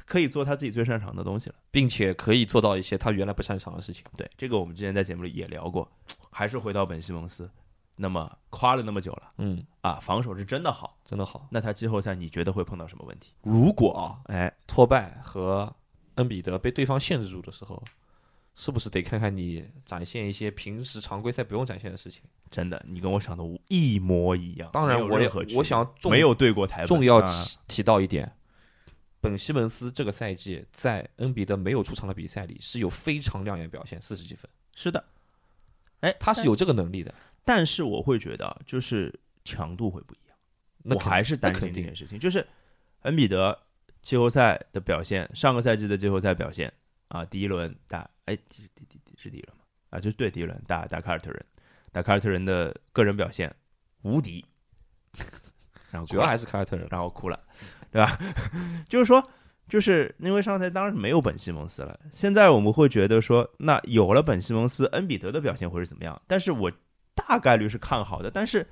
[SPEAKER 1] 可以做他自己最擅长的东西了。
[SPEAKER 2] 并且可以做到一些他原来不擅长的事情。
[SPEAKER 1] 对，这个我们之前在节目里也聊过，还是回到本西蒙斯。那么夸了那么久了。
[SPEAKER 2] 嗯，
[SPEAKER 1] 啊，防守是真的好，
[SPEAKER 2] 真的好。
[SPEAKER 1] 那他季后赛你觉得会碰到什么问题？
[SPEAKER 2] 如果啊，
[SPEAKER 1] 哎，
[SPEAKER 2] 托拜和恩比德被对方限制住的时候，是不是得看看你展现一些平时常规赛不用展现的事情？
[SPEAKER 1] 真的，你跟我想的一模一样。
[SPEAKER 2] 当然
[SPEAKER 1] 没有
[SPEAKER 2] 我
[SPEAKER 1] 任
[SPEAKER 2] 也
[SPEAKER 1] 何区
[SPEAKER 2] 我
[SPEAKER 1] 别
[SPEAKER 2] 想重
[SPEAKER 1] 没有对过台本
[SPEAKER 2] 重要
[SPEAKER 1] 啊
[SPEAKER 2] 提提到一点，本西蒙斯这个赛季在恩比德没有出场的比赛里是有非常亮眼表现，四十几分，
[SPEAKER 1] 是的。哎，
[SPEAKER 2] 他是
[SPEAKER 1] 但，
[SPEAKER 2] 有这个能力的。
[SPEAKER 1] 但是我会觉得啊就是强度会不一样。
[SPEAKER 2] 那
[SPEAKER 1] 我
[SPEAKER 2] 肯
[SPEAKER 1] 还是担
[SPEAKER 2] 那
[SPEAKER 1] 心这
[SPEAKER 2] 肯定
[SPEAKER 1] 件事情，就是恩比德季后赛的表现，上个赛季的季后赛表现啊，第一轮打哎第第第第是第一轮吗？啊，就是对第一轮打打凯尔特人，打凯尔特人的个人表现无敌， 然后
[SPEAKER 2] 主
[SPEAKER 1] 过
[SPEAKER 2] 要
[SPEAKER 1] 来
[SPEAKER 2] 还是凯尔特人。
[SPEAKER 1] 然后哭了，对吧？ 就是说，就是因为上赛季当时没有本西蒙斯了，现在我们会觉得说，那有了本西蒙斯，恩比德的表现会是怎么样？但是我大概率是看好的，但是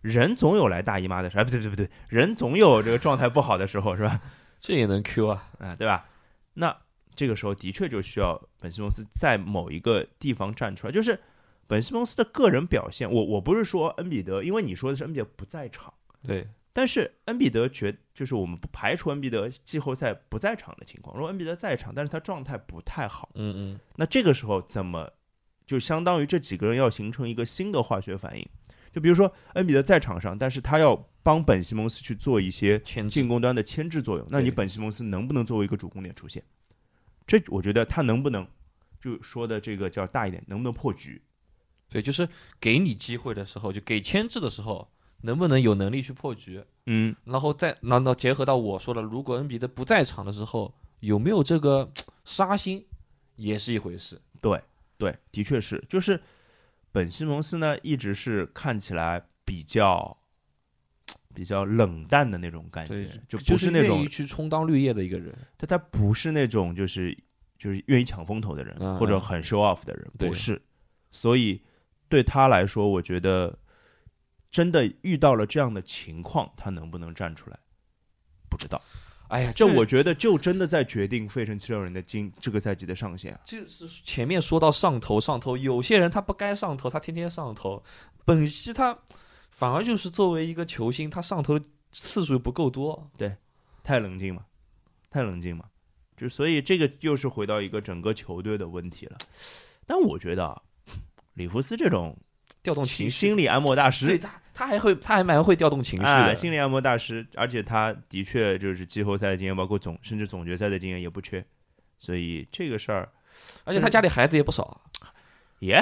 [SPEAKER 1] 人总有来大姨妈的时候，哎，不对不对不对，人总有这个状态不好的时候，是吧？
[SPEAKER 2] 这也能 Q 啊？
[SPEAKER 1] 啊、对吧？那这个时候的确就需要本西蒙斯在某一个地方站出来，就是本西蒙斯的个人表现。我我不是说恩比德，因为你说的是恩比德不在场。
[SPEAKER 2] 对，
[SPEAKER 1] 但是恩比德绝就是我们不排除恩比德季后赛不在场的情况。如果恩比德在场，但是他状态不太好，
[SPEAKER 2] 嗯嗯，
[SPEAKER 1] 那这个时候怎么就相当于这几个人要形成一个新的化学反应？就比如说恩比德在场上，但是他要帮本西蒙斯去做一些
[SPEAKER 2] 前进
[SPEAKER 1] 进攻端的牵制作用，那你本西蒙斯能不能作为一个主攻点出现？这我觉得他能不能就说的这个叫大一点，能不能破局？
[SPEAKER 2] 对，就是给你机会的时候，就给牵制的时候，能不能有能力去破局？
[SPEAKER 1] 嗯，
[SPEAKER 2] 然后再，然后结合到我说的，如果恩比德不在场的时候，有没有这个杀心，也是一回事。
[SPEAKER 1] 对对，的确是，就是本西蒙斯呢，一直是看起来比较比较冷淡的那种感
[SPEAKER 2] 对
[SPEAKER 1] 觉，，就不
[SPEAKER 2] 哎就是
[SPEAKER 1] 那
[SPEAKER 2] 愿
[SPEAKER 1] 种
[SPEAKER 2] 意，去充当绿叶的一个人。
[SPEAKER 1] 但他不是那种就是就是愿意抢风头的人，
[SPEAKER 2] 嗯
[SPEAKER 1] 或者
[SPEAKER 2] 嗯
[SPEAKER 1] 很 show off 的人，不
[SPEAKER 2] 对
[SPEAKER 1] 是。所以对他来说，我觉得真的遇到了这样的情况，他能不能站出来，不知道。
[SPEAKER 2] 哎呀，
[SPEAKER 1] 这
[SPEAKER 2] 我
[SPEAKER 1] 我觉得就真的在决定费城七六人的今这个赛季的上限啊。
[SPEAKER 2] 就是前面说到上头上头，有些人他不该上头，他天天上头。本西他反而就是作为一个球星，他上头的次数不够多。
[SPEAKER 1] 太冷静嘛，太冷静嘛，就所以这个又是回到一个整个球队的问题了。但我觉得啊，里弗斯这种
[SPEAKER 2] 调动
[SPEAKER 1] 心
[SPEAKER 2] 情绪，
[SPEAKER 1] 心理按摩大
[SPEAKER 2] 对
[SPEAKER 1] 师
[SPEAKER 2] 他他还会他还蛮会调动情绪
[SPEAKER 1] 啊，
[SPEAKER 2] 的。
[SPEAKER 1] 心理按摩大师，而且他的确就是季后赛的经验，包括总甚至总决赛的经验也不缺，所以这个事儿，
[SPEAKER 2] 而且他
[SPEAKER 1] 嗯
[SPEAKER 2] 家里孩子也不少，啊
[SPEAKER 1] 耶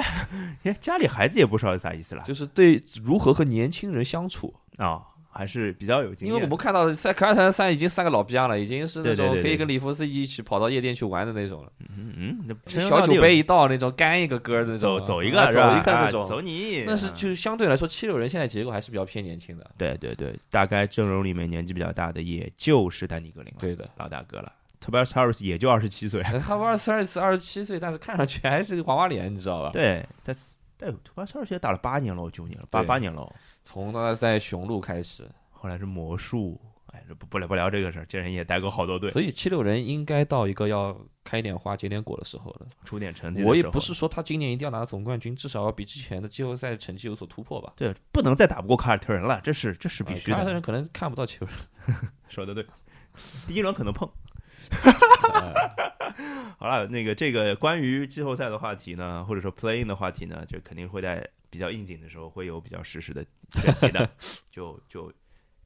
[SPEAKER 1] 耶，家里孩 子也不少，啥意思啦？
[SPEAKER 2] 就是对如何和年轻人相处。
[SPEAKER 1] 啊、还是比较有经
[SPEAKER 2] 因
[SPEAKER 1] 验。
[SPEAKER 2] 为我们看到在凯尔特人三已经三个老逼样了，已经是那
[SPEAKER 1] 对对对
[SPEAKER 2] 种
[SPEAKER 1] 对
[SPEAKER 2] 可以跟里弗斯一起跑到夜店去玩的那种了。
[SPEAKER 1] 嗯嗯，那
[SPEAKER 2] 小酒杯一倒那种干一个歌的那种
[SPEAKER 1] 走
[SPEAKER 2] 啊，
[SPEAKER 1] 走一个
[SPEAKER 2] 啊走
[SPEAKER 1] 是吧
[SPEAKER 2] 一个
[SPEAKER 1] 啊嗯
[SPEAKER 2] 那种。
[SPEAKER 1] 走你，
[SPEAKER 2] 但是
[SPEAKER 1] 嗯
[SPEAKER 2] 就相对来说，七六人现在结构还是比较偏年轻的。
[SPEAKER 1] 对对对，大概阵容里面年纪比较大的，也就是丹尼格林了，
[SPEAKER 2] 对的，
[SPEAKER 1] 老大哥了。Tobias Harris 也就二十七 岁，
[SPEAKER 2] 他二十二四二十七岁，但是看上去还是个娃娃脸，你知道吧？
[SPEAKER 1] 对，在对 Tobias Harris 也打了八年了，九年了，八
[SPEAKER 2] 对
[SPEAKER 1] 八年了，
[SPEAKER 2] 从他在雄鹿开始，
[SPEAKER 1] 后来是魔术，哎，这不不聊不聊这个事儿，这人也带过好多队，
[SPEAKER 2] 所以七六人应该到一个要开点花结点果的时候了。
[SPEAKER 1] 出点成绩的时候。
[SPEAKER 2] 我也不是说他今年一定要拿总冠军，至少要比之前的季后赛成绩有所突破吧。
[SPEAKER 1] 对，不能再打不过凯尔特人了，这是这是必须
[SPEAKER 2] 呃凯尔特
[SPEAKER 1] 的。
[SPEAKER 2] 人可能看不到球，
[SPEAKER 1] 说的对，第一轮可能碰。 好了，那个这个关于季后赛的话题呢，或者说 playing 的话题呢，就肯定会在比较应景的时候会有比较实时的选题 的，就就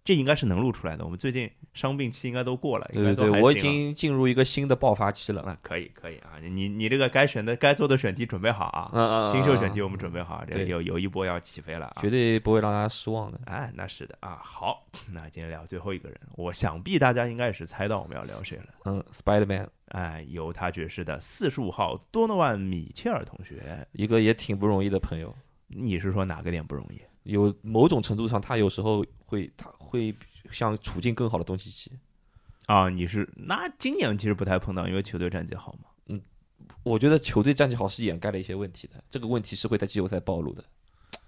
[SPEAKER 1] 这应该是能录出来的。我们最近伤病期应该都过了，应
[SPEAKER 2] 对
[SPEAKER 1] 该
[SPEAKER 2] 对
[SPEAKER 1] 都还
[SPEAKER 2] 对，我已
[SPEAKER 1] 行了
[SPEAKER 2] 经进入一个新的爆发期了。
[SPEAKER 1] 啊，可以可以啊，你你这个该选的该做的选题准备好啊，
[SPEAKER 2] 嗯嗯，
[SPEAKER 1] 新秀选题
[SPEAKER 2] 嗯
[SPEAKER 1] 我们准备好啊，这个
[SPEAKER 2] 对
[SPEAKER 1] 有有一波要起飞了啊
[SPEAKER 2] 绝。对不会让大家失望的。
[SPEAKER 1] 哎，那是的啊。好，那今天聊最后一个人，我想必大家应该也是猜到我们要聊谁了。
[SPEAKER 2] 嗯，Spider Man
[SPEAKER 1] 哎，犹他爵士的四十五号多诺万·米切尔同学，
[SPEAKER 2] 一个也挺不容易的朋友，
[SPEAKER 1] 你是说哪个点不容易？
[SPEAKER 2] 有某种程度上，他有时候会他会向处境更好的东契奇。
[SPEAKER 1] 啊，你是那今年其实不太碰到，因为球队战绩好嘛。
[SPEAKER 2] 我觉得球队战绩好是掩盖了一些问题的，这个问题是会在季后赛暴露的。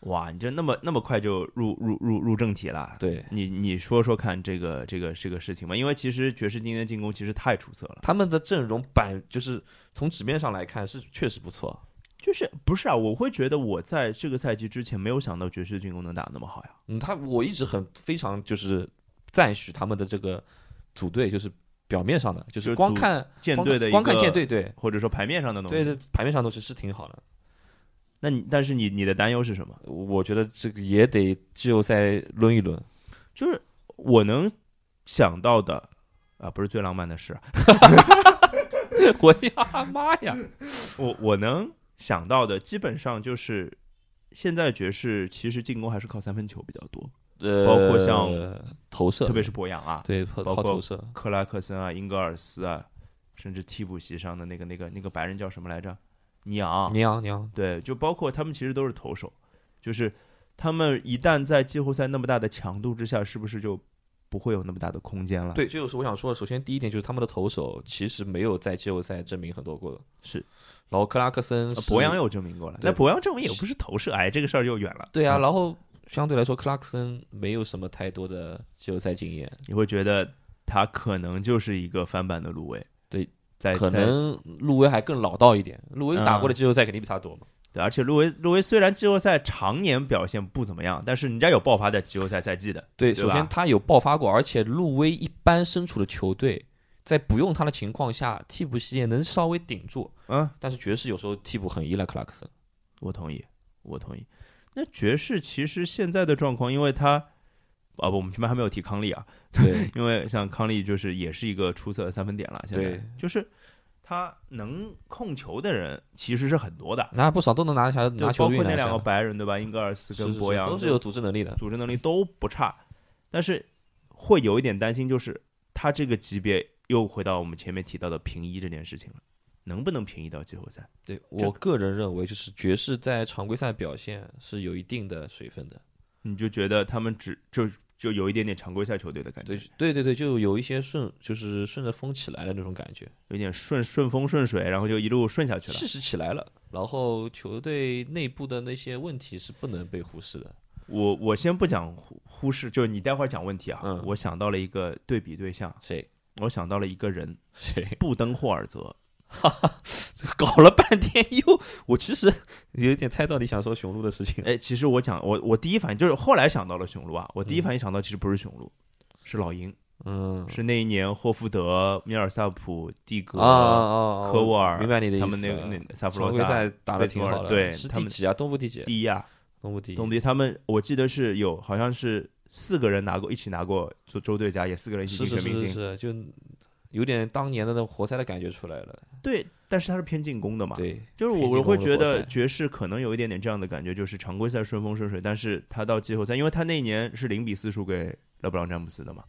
[SPEAKER 1] 哇，你这那么那么快就入入入入正题了？
[SPEAKER 2] 对
[SPEAKER 1] 你你说说看这个这个这个事情吧，因为其实爵士今年进攻其实太出色了，
[SPEAKER 2] 他们的阵容板就是从纸面上来看是确实不错，
[SPEAKER 1] 就是不是啊？我会觉得我在这个赛季之前没有想到爵士进攻能打那么好呀。
[SPEAKER 2] 嗯，他我一直很非常就是赞许他们的这个组队，就是表面上的，就
[SPEAKER 1] 就是
[SPEAKER 2] 光
[SPEAKER 1] 组
[SPEAKER 2] 看
[SPEAKER 1] 舰
[SPEAKER 2] 光
[SPEAKER 1] 队
[SPEAKER 2] 看
[SPEAKER 1] 的一
[SPEAKER 2] 光看
[SPEAKER 1] 个
[SPEAKER 2] 舰队，对
[SPEAKER 1] 或者说牌面上的东西。
[SPEAKER 2] 对对，牌面上都是是挺好的。
[SPEAKER 1] 那你但是你你的担忧是什么？
[SPEAKER 2] 我觉得这个也得季后赛抡 一抡，
[SPEAKER 1] 就是我能想到的啊，不是最浪漫的事，
[SPEAKER 2] 我呀妈呀！
[SPEAKER 1] 我我能想到的基本上就是现在爵士其实进攻还是靠三分球比较多，
[SPEAKER 2] 呃，
[SPEAKER 1] 包括像
[SPEAKER 2] 投射，
[SPEAKER 1] 特别是博扬啊、
[SPEAKER 2] 对靠
[SPEAKER 1] 包
[SPEAKER 2] 靠
[SPEAKER 1] 括
[SPEAKER 2] 投射，
[SPEAKER 1] 克拉克森啊、英格尔斯啊，甚至替补席上的那个那个那个白人叫什么来着？尼昂。
[SPEAKER 2] 尼昂尼昂，
[SPEAKER 1] 对，就包括他们其实都是投手，就是他们一旦在季后赛那么大的强度之下，是不是就不会有那么大的空间了？，啊
[SPEAKER 2] 对，这就是我想说的。首先第一点就是他们的投手其实没有在季后赛证明很多过的，
[SPEAKER 1] 是。
[SPEAKER 2] 然后克拉克森
[SPEAKER 1] 呃
[SPEAKER 2] 是、
[SPEAKER 1] 博扬有证明过了，
[SPEAKER 2] 对
[SPEAKER 1] 那博扬证明也不是投射，哎，这个事儿又远了。
[SPEAKER 2] 对啊，
[SPEAKER 1] 嗯
[SPEAKER 2] 然后相对来说克拉克森没有什么太多的季后赛经验，
[SPEAKER 1] 你会觉得他可能就是一个翻版的路威，
[SPEAKER 2] 对，
[SPEAKER 1] 在
[SPEAKER 2] 可
[SPEAKER 1] 在
[SPEAKER 2] 能路威还更老道一点，路威打过的季后赛肯定比他多嘛。
[SPEAKER 1] 对，而且路威路威虽然季后赛常年表现不怎么样，但是人家有爆发在季后赛赛季的，
[SPEAKER 2] 对，
[SPEAKER 1] 对
[SPEAKER 2] 首
[SPEAKER 1] 吧
[SPEAKER 2] 先他有爆发过，而且路威一般身处的球队，在不用他的情况下，替补席也能稍微顶住。
[SPEAKER 1] 嗯，
[SPEAKER 2] 但是爵士有时候替补很依赖克拉克森，
[SPEAKER 1] 我同意，我同意。那爵士其实现在的状况，因为他啊不，我们前面还没有提康利啊，
[SPEAKER 2] 对
[SPEAKER 1] 因为像康利就是也是一个出色的三分点了，现在
[SPEAKER 2] 对
[SPEAKER 1] 就是他能控球的人其实是很多的，
[SPEAKER 2] 拿不少都能拿下
[SPEAKER 1] 就
[SPEAKER 2] 拿球
[SPEAKER 1] 包
[SPEAKER 2] 运
[SPEAKER 1] 括那
[SPEAKER 2] 来
[SPEAKER 1] 两
[SPEAKER 2] 下
[SPEAKER 1] 个白人对吧？英格尔斯
[SPEAKER 2] 是
[SPEAKER 1] 跟
[SPEAKER 2] 是
[SPEAKER 1] 博
[SPEAKER 2] 是
[SPEAKER 1] 扬
[SPEAKER 2] 都是有组织能力的。
[SPEAKER 1] 组织能力都不差，但是会有一点担心，就是他这个级别又回到我们前面提到的平一这件事情了，能不能平一到季后赛？
[SPEAKER 2] 对
[SPEAKER 1] 这
[SPEAKER 2] 我个人认为，就是爵士在常规赛表现是有一定的水分的。
[SPEAKER 1] 你就觉得他们只就就有一点点常规赛球队的感
[SPEAKER 2] 对
[SPEAKER 1] 觉，
[SPEAKER 2] 对对对，就有一些顺，就是顺着风起来的那种感觉，
[SPEAKER 1] 有点顺顺风顺水，然后就一路顺下去了。
[SPEAKER 2] 气势起来了。然后球队内部的那些问题是不能被忽视的。
[SPEAKER 1] 我我先不讲忽忽视，就是你待会儿讲问题啊。
[SPEAKER 2] 嗯
[SPEAKER 1] 我想到了一个对比对象，
[SPEAKER 2] 谁
[SPEAKER 1] 我想到了一个人，
[SPEAKER 2] 谁
[SPEAKER 1] 布登霍尔泽。
[SPEAKER 2] 搞了半天又，我其实 有点猜到你想说雄鹿的事情。
[SPEAKER 1] 哎，其实我讲我我第一反应就是后来想到了雄鹿啊，我第一反应想到其实不是雄鹿，是老鹰，
[SPEAKER 2] 嗯，
[SPEAKER 1] 是那一年霍福德、米尔萨普、蒂格、
[SPEAKER 2] 啊啊，啊
[SPEAKER 1] 科沃尔
[SPEAKER 2] 明白你的意思。
[SPEAKER 1] 他们那个那萨弗
[SPEAKER 2] 常
[SPEAKER 1] 罗
[SPEAKER 2] 规
[SPEAKER 1] 萨
[SPEAKER 2] 赛打的挺好
[SPEAKER 1] 贝托尔
[SPEAKER 2] 的，
[SPEAKER 1] 对
[SPEAKER 2] 是
[SPEAKER 1] 他
[SPEAKER 2] 第
[SPEAKER 1] 们
[SPEAKER 2] 几啊？东部第几？
[SPEAKER 1] 第一啊，
[SPEAKER 2] 东部第一。
[SPEAKER 1] 东迪他们我记得是有好像是四个人拿过一起拿过周周队佳，也四个人一起
[SPEAKER 2] 是
[SPEAKER 1] 进
[SPEAKER 2] 是
[SPEAKER 1] 全明
[SPEAKER 2] 是
[SPEAKER 1] 星。
[SPEAKER 2] 是，就有点当年的那活塞的感觉出来了。
[SPEAKER 1] 对，但是他是偏进攻的嘛，
[SPEAKER 2] 对，
[SPEAKER 1] 就是我
[SPEAKER 2] 偏进
[SPEAKER 1] 我会
[SPEAKER 2] 攻的
[SPEAKER 1] 觉
[SPEAKER 2] 活
[SPEAKER 1] 得
[SPEAKER 2] 塞
[SPEAKER 1] 爵士可能有一点点这样的感觉，就是常规赛顺风顺水，但是他到季后赛，因为他那一年是零比四输给勒布朗詹姆斯的嘛，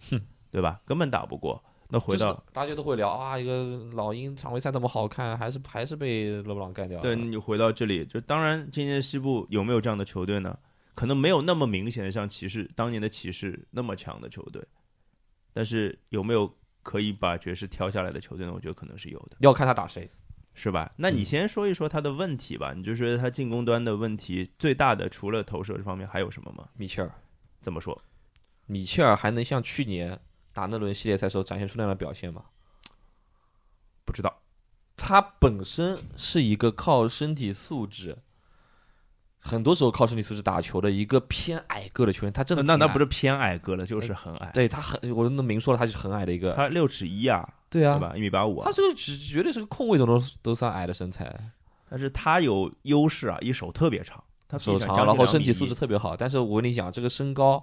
[SPEAKER 1] 对吧？根本打不过。那回
[SPEAKER 2] 就是
[SPEAKER 1] 到
[SPEAKER 2] 大家都会聊啊，一个老鹰常规赛这么好看，还是还是被勒布朗干掉了。
[SPEAKER 1] 对你回到这里，就当然今年西部有没有这样的球队呢？可能没有那么明显，像骑士当年的骑士那么强的球队，但是有没有可以把爵士挑下来的球队呢？我觉得可能是有的。
[SPEAKER 2] 要看他打谁。
[SPEAKER 1] 是吧？那你
[SPEAKER 2] 嗯
[SPEAKER 1] 先说一说他的问题吧。你就觉得他进攻端的问题最大的，除了投射这方面，还有什么吗？
[SPEAKER 2] 米切尔，
[SPEAKER 1] 怎么说？
[SPEAKER 2] 米切尔还能像去年打那轮系列赛时候展现出那样的表现吗？
[SPEAKER 1] 不知道。
[SPEAKER 2] 他本身是一个靠身体素质，很多时候靠身体素质打球的一个偏矮个的球员，他真的
[SPEAKER 1] 呃那那
[SPEAKER 2] 挺矮
[SPEAKER 1] 不是偏矮个了，就是很矮。
[SPEAKER 2] 对他很，我都明说了，他是很矮的一个，
[SPEAKER 1] 他六尺一啊，
[SPEAKER 2] 对
[SPEAKER 1] 对
[SPEAKER 2] 啊，
[SPEAKER 1] 吧？一米八五啊
[SPEAKER 2] 他。是个绝绝对是个控卫中都都算矮的身材，
[SPEAKER 1] 但是他有优势啊，一手特别长，他臂
[SPEAKER 2] 手长，
[SPEAKER 1] 展
[SPEAKER 2] 然后
[SPEAKER 1] 将
[SPEAKER 2] 身
[SPEAKER 1] 近两米
[SPEAKER 2] 体素
[SPEAKER 1] 一
[SPEAKER 2] 质特别好。但是我跟你讲，这个身高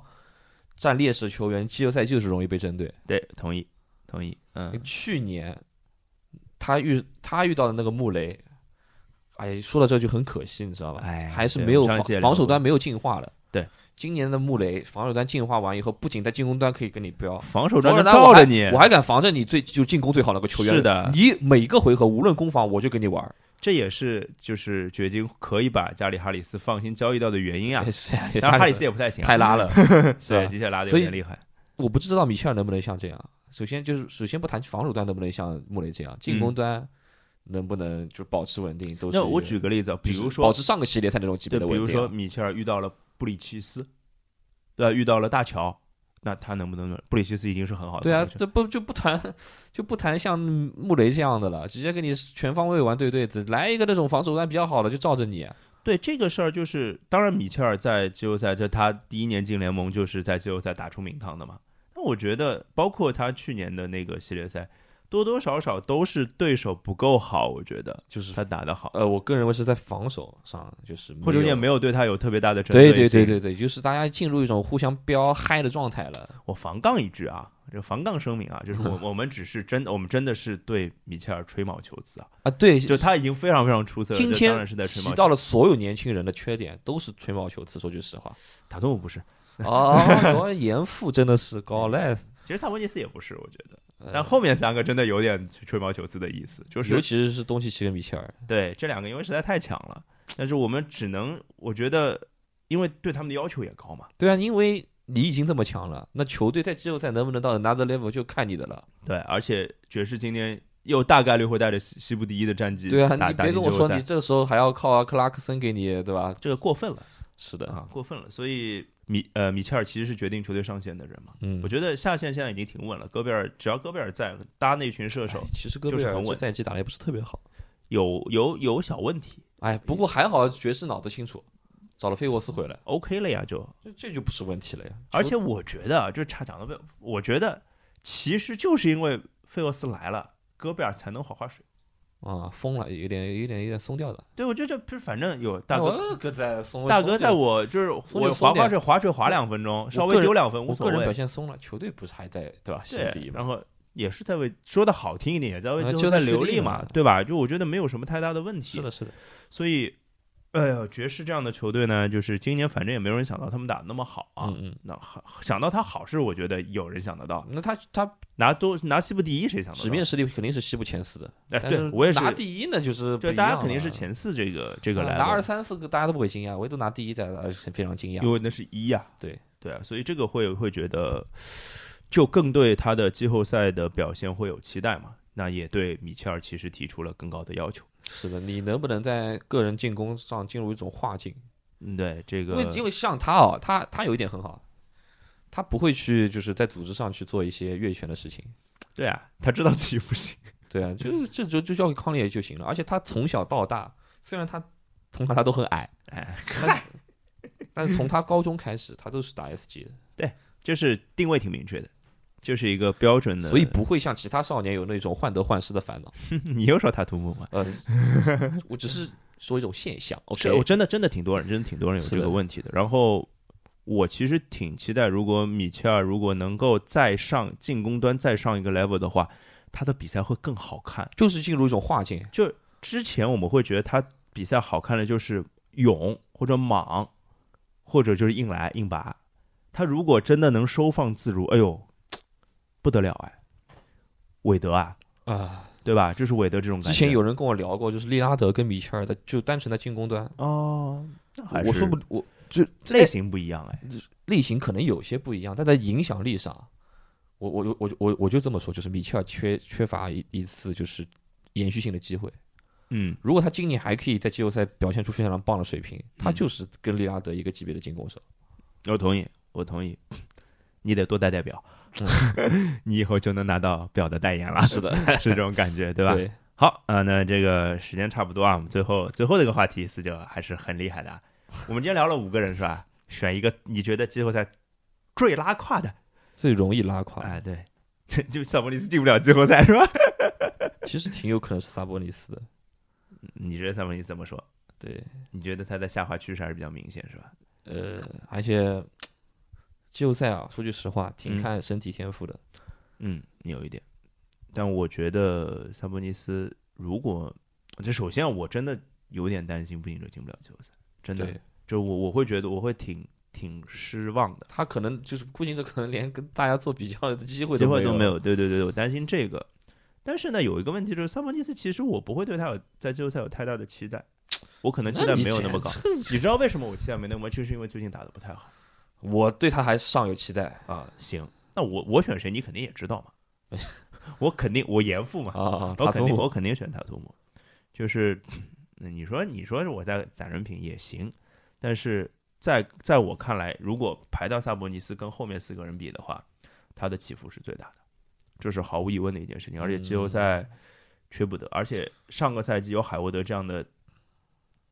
[SPEAKER 2] 占劣势球员，季后赛就是容易被针对。
[SPEAKER 1] 对，同意，同意。嗯，
[SPEAKER 2] 去年他遇他遇到的那个穆雷，哎，说到这就很可惜，你知道吧？
[SPEAKER 1] 哎
[SPEAKER 2] 还是
[SPEAKER 1] 对
[SPEAKER 2] 没有
[SPEAKER 1] 我们上
[SPEAKER 2] 防
[SPEAKER 1] 一期也聊
[SPEAKER 2] 防守
[SPEAKER 1] 过
[SPEAKER 2] 端没有进化了。
[SPEAKER 1] 对，
[SPEAKER 2] 今年的穆雷防守端进化完以后，不仅在进攻端可以跟你飙，
[SPEAKER 1] 防守
[SPEAKER 2] 防
[SPEAKER 1] 端
[SPEAKER 2] 守
[SPEAKER 1] 是
[SPEAKER 2] 端我
[SPEAKER 1] 罩
[SPEAKER 2] 还
[SPEAKER 1] 着你，
[SPEAKER 2] 我还敢防着你最就进攻最好那个球员。
[SPEAKER 1] 是的
[SPEAKER 2] 你每一个回合无论攻防，我就跟你玩儿。
[SPEAKER 1] 这也是就是掘金可以把加里哈里斯放心交易到的原因啊。
[SPEAKER 2] 是啊，也
[SPEAKER 1] 当然哈里
[SPEAKER 2] 差点
[SPEAKER 1] 斯也不太行啊，
[SPEAKER 2] 太拉了，是
[SPEAKER 1] 对，
[SPEAKER 2] 吧？
[SPEAKER 1] 的确拉的有
[SPEAKER 2] 所以
[SPEAKER 1] 点厉害。
[SPEAKER 2] 我不知道米切尔能不能像这样。首先就是，首先不谈防守端能不能像穆雷这样，进攻端能不能就保持稳定，都是
[SPEAKER 1] 那我
[SPEAKER 2] 一个
[SPEAKER 1] 举个例子啊，比
[SPEAKER 2] 就是
[SPEAKER 1] 如说，
[SPEAKER 2] 保持上个系列赛那种级别
[SPEAKER 1] 对，比
[SPEAKER 2] 的稳
[SPEAKER 1] 如
[SPEAKER 2] 定
[SPEAKER 1] 说
[SPEAKER 2] 啊，
[SPEAKER 1] 米切尔遇到了布里奇斯，对吧，遇到了大乔，那他能不能布里奇斯已经是很好的
[SPEAKER 2] 对啊，
[SPEAKER 1] 防守球员？
[SPEAKER 2] 这不就不谈就不谈像穆雷这样的了，直接给你全方位玩对对子，来一个那种防守端比较好的就罩着你，
[SPEAKER 1] 对这个事儿，就是当然，米切尔在季后赛，这他第一年进联盟就是在季后赛打出名堂的嘛。那我觉得，包括他去年的那个系列赛，多多少少都是对手不够好，我觉得
[SPEAKER 2] 就是
[SPEAKER 1] 他打得好，
[SPEAKER 2] 呃，我个人认为是在防守上，就是
[SPEAKER 1] 或者也
[SPEAKER 2] 呃有
[SPEAKER 1] 没有对他有特别大的针
[SPEAKER 2] 对
[SPEAKER 1] 对
[SPEAKER 2] 对
[SPEAKER 1] 性。
[SPEAKER 2] 对对对，就是大家进入一种互相飙嗨的状态了。
[SPEAKER 1] 我防杠一句啊，这个防杠声明啊，就是 我我们只是真的，我们真的是对米切尔吹毛求疵啊，
[SPEAKER 2] 啊，对，
[SPEAKER 1] 就他已经非常非常出色了，
[SPEAKER 2] 今
[SPEAKER 1] 这当
[SPEAKER 2] 天
[SPEAKER 1] 然是在吹
[SPEAKER 2] 提
[SPEAKER 1] 毛
[SPEAKER 2] 到
[SPEAKER 1] 求疵。
[SPEAKER 2] 了所有年轻人的缺点，都是吹毛求疵。说句 实话，
[SPEAKER 1] 塔图姆不是，
[SPEAKER 2] 哦，我严父真的是
[SPEAKER 1] 嗯
[SPEAKER 2] 高嘞，
[SPEAKER 1] 其实萨博尼斯也不是，我觉得，
[SPEAKER 2] 呃
[SPEAKER 1] 但后面三个真的有点吹毛求疵的意思，就是
[SPEAKER 2] 尤其是东契奇跟米切尔，
[SPEAKER 1] 对这两个因为实在太强了，但是我们只能我觉得，因为对他们的要求也高嘛，
[SPEAKER 2] 对啊，因为你已经这么强了，那球队在季后赛能不能到 another level 就看你的了。
[SPEAKER 1] 对，而且爵士今天又大概率会带着西西部第一的战绩
[SPEAKER 2] 对啊，
[SPEAKER 1] 打
[SPEAKER 2] 你
[SPEAKER 1] 打
[SPEAKER 2] 别
[SPEAKER 1] 进
[SPEAKER 2] 跟
[SPEAKER 1] 季
[SPEAKER 2] 我
[SPEAKER 1] 后
[SPEAKER 2] 说
[SPEAKER 1] 赛
[SPEAKER 2] 你，这个时候还要靠啊克拉克森给你，对吧？
[SPEAKER 1] 这个过分了
[SPEAKER 2] 是的，
[SPEAKER 1] 啊，过分了，所以。米呃，米切尔其实是决定球队上限的人嘛。
[SPEAKER 2] 嗯，
[SPEAKER 1] 我觉得下线现在已经挺稳了。戈贝尔只要戈贝尔在，搭那群射手
[SPEAKER 2] 哎其实戈
[SPEAKER 1] 就
[SPEAKER 2] 贝
[SPEAKER 1] 是
[SPEAKER 2] 尔
[SPEAKER 1] 很
[SPEAKER 2] 这
[SPEAKER 1] 稳
[SPEAKER 2] 赛季打的也不是特别好。
[SPEAKER 1] 有有有小问题
[SPEAKER 2] 哎，不过还好爵士脑子清楚，找了菲沃斯回来，
[SPEAKER 1] ，OK 了呀就。
[SPEAKER 2] 这这就不是问题了呀。
[SPEAKER 1] 而且我觉得啊，就差讲到贝，我觉得其实就是因为费沃斯来了，戈贝尔才能划划水。
[SPEAKER 2] 啊，疯了，有点有点有点松掉了。
[SPEAKER 1] 对，我觉得这不是，反正有大哥，
[SPEAKER 2] 哦哥在松，
[SPEAKER 1] 大哥在
[SPEAKER 2] 我
[SPEAKER 1] 我就是
[SPEAKER 2] 松
[SPEAKER 1] 我
[SPEAKER 2] 就
[SPEAKER 1] 划
[SPEAKER 2] 松点
[SPEAKER 1] 划水划水划两分钟，稍
[SPEAKER 2] 个
[SPEAKER 1] 微
[SPEAKER 2] 人
[SPEAKER 1] 丢两分无
[SPEAKER 2] 我
[SPEAKER 1] 所
[SPEAKER 2] 个人表
[SPEAKER 1] 谓。
[SPEAKER 2] 现松了，球队不是还在对吧？新
[SPEAKER 1] 对
[SPEAKER 2] 敌，
[SPEAKER 1] 然
[SPEAKER 2] 嘛，
[SPEAKER 1] 后也是在为说的好听一点，也在为
[SPEAKER 2] 啊
[SPEAKER 1] 季
[SPEAKER 2] 就
[SPEAKER 1] 后
[SPEAKER 2] 在
[SPEAKER 1] 赛
[SPEAKER 2] 蓄
[SPEAKER 1] 留
[SPEAKER 2] 力
[SPEAKER 1] 力
[SPEAKER 2] 嘛
[SPEAKER 1] 嘛，对吧？就我觉得没有什么太大的问
[SPEAKER 2] 是
[SPEAKER 1] 题。
[SPEAKER 2] 的，是的，
[SPEAKER 1] 所以，哎呀，爵士这样的球队呢，就是今年反正也没有人想到他们打的那么好啊。
[SPEAKER 2] 嗯嗯。
[SPEAKER 1] 那好想到他好是我觉得有人想得到，
[SPEAKER 2] 那他他
[SPEAKER 1] 拿都拿西部第一谁想得到？
[SPEAKER 2] 纸面实力肯定是西部前四的，
[SPEAKER 1] 哎，
[SPEAKER 2] 但
[SPEAKER 1] 对我也是，
[SPEAKER 2] 拿第一呢，就是不
[SPEAKER 1] 对
[SPEAKER 2] 一
[SPEAKER 1] 大家
[SPEAKER 2] 样
[SPEAKER 1] 肯定是
[SPEAKER 2] 了
[SPEAKER 1] 前四这个这个
[SPEAKER 2] 啊
[SPEAKER 1] 来
[SPEAKER 2] 拿二三四个大家都不会惊讶，唯独拿第一大家非常惊
[SPEAKER 1] 因
[SPEAKER 2] 讶。
[SPEAKER 1] 为那是一呀、
[SPEAKER 2] 对
[SPEAKER 1] 对啊，所以这个会会觉得，就更对他的季后赛的表现会有期待嘛。那也对米切尔其实提出了更高的要求。
[SPEAKER 2] 是的，你能不能在个人进攻上进入一种化境？
[SPEAKER 1] 嗯，对这
[SPEAKER 2] 因
[SPEAKER 1] 个
[SPEAKER 2] 为，因为像他哦，他他有一点很好，他不会去就是在组织上去做一些越权的事情。
[SPEAKER 1] 对啊，他知道自己不行。
[SPEAKER 2] 对啊，就这就就交给康利就行了。而且他从小到大，虽然他从小他都很矮，
[SPEAKER 1] 哎，
[SPEAKER 2] 但是但是从他高中开始，他都是打 S 级的，
[SPEAKER 1] 就是定位挺明确的，就是一个标准的。
[SPEAKER 2] 所以不会像其他少年有那种患得患失的烦恼。
[SPEAKER 1] 你又说他图姆嘛？
[SPEAKER 2] 呃，我只是说一种现象。OK，
[SPEAKER 1] 这我真的真的挺多人，真的挺多人有
[SPEAKER 2] 是
[SPEAKER 1] 这
[SPEAKER 2] 的
[SPEAKER 1] 个问题的。然后我其实挺期待，如果米切尔如果能够再上进攻端再上一个 level 的话，他的比赛会更好看。
[SPEAKER 2] 就是进入一种化境。
[SPEAKER 1] 之前我们会觉得他比赛好看的就是勇或者莽，或者就是硬来硬拔。他如果真的能收放自如，哎呦，不得了哎！韦德啊，
[SPEAKER 2] 啊，
[SPEAKER 1] 对吧？就是韦德这种感觉。
[SPEAKER 2] 之前有人跟我聊过，就是利拉德跟米切尔在就单纯在进攻端，
[SPEAKER 1] 哦，那还
[SPEAKER 2] 我
[SPEAKER 1] 是
[SPEAKER 2] 说不我
[SPEAKER 1] 类型不一样哎。
[SPEAKER 2] 类型可能有些不一样，但在影响力上，我我我我就我我就这么说，就是米切尔缺缺乏一一次就是延续性的机会。
[SPEAKER 1] 嗯，
[SPEAKER 2] 如果他今年还可以在季后赛表现出非常棒的水平，
[SPEAKER 1] 嗯
[SPEAKER 2] 他就是跟利拉德一个级别的进攻手。
[SPEAKER 1] 我同意，我同意。你得多戴戴 表，你以后就能拿到表的代言了。
[SPEAKER 2] 是的，
[SPEAKER 1] 是这种感觉，对吧？
[SPEAKER 2] 对，
[SPEAKER 1] 好啊、呃那这个时间差不多啊，我们最后最后的一个话题四九还是很厉害的、啊。我们今天聊了五个人是吧？ 选一个你觉得季后赛最拉胯的，
[SPEAKER 2] 最容易拉垮。
[SPEAKER 1] 哎，对， 就萨博尼斯进不了季后赛是吧？
[SPEAKER 2] 其实挺有可能是萨博尼斯的。
[SPEAKER 1] 你觉得萨博尼斯怎么说？
[SPEAKER 2] 对，
[SPEAKER 1] 你觉得他的下滑趋势还是比较明显是吧？
[SPEAKER 2] 呃，而且季后赛啊，说句实话，挺
[SPEAKER 1] 嗯
[SPEAKER 2] 看身体天赋的。
[SPEAKER 1] 嗯，有一点，但我觉得萨博尼斯如果，就首先我真的有点担心步行者进不了季后赛，真的
[SPEAKER 2] 对，
[SPEAKER 1] 就我我会觉得我会挺挺失望的。
[SPEAKER 2] 他可能就是估计这可能连跟大家做比较的机会
[SPEAKER 1] 机会
[SPEAKER 2] 都
[SPEAKER 1] 都
[SPEAKER 2] 没
[SPEAKER 1] 没。有。对对对，我担心这个。但是呢，有一个问题就是，萨博尼斯其实我不会对他有在季后赛有太大的期待，我可能期待没有那么高。你知道为什么我期待没那么高？就是因为最近打的不太好
[SPEAKER 2] 我对他还是尚有期待
[SPEAKER 1] 啊。行，那我我选谁，你肯定也知道嘛。 我肯定我严父嘛，
[SPEAKER 2] 啊。
[SPEAKER 1] 我
[SPEAKER 2] 塔
[SPEAKER 1] 哦肯
[SPEAKER 2] 图
[SPEAKER 1] 定我
[SPEAKER 2] 姆，
[SPEAKER 1] 肯定选塔图姆。就是嗯你说你说我在攒人品也行，但是在在我看来，如果排到萨博尼斯跟后面四个人比的话，他的起伏是最大的，这是毫无疑问的一件事情。而且季后赛缺不得，而且上个赛季有海沃德这样的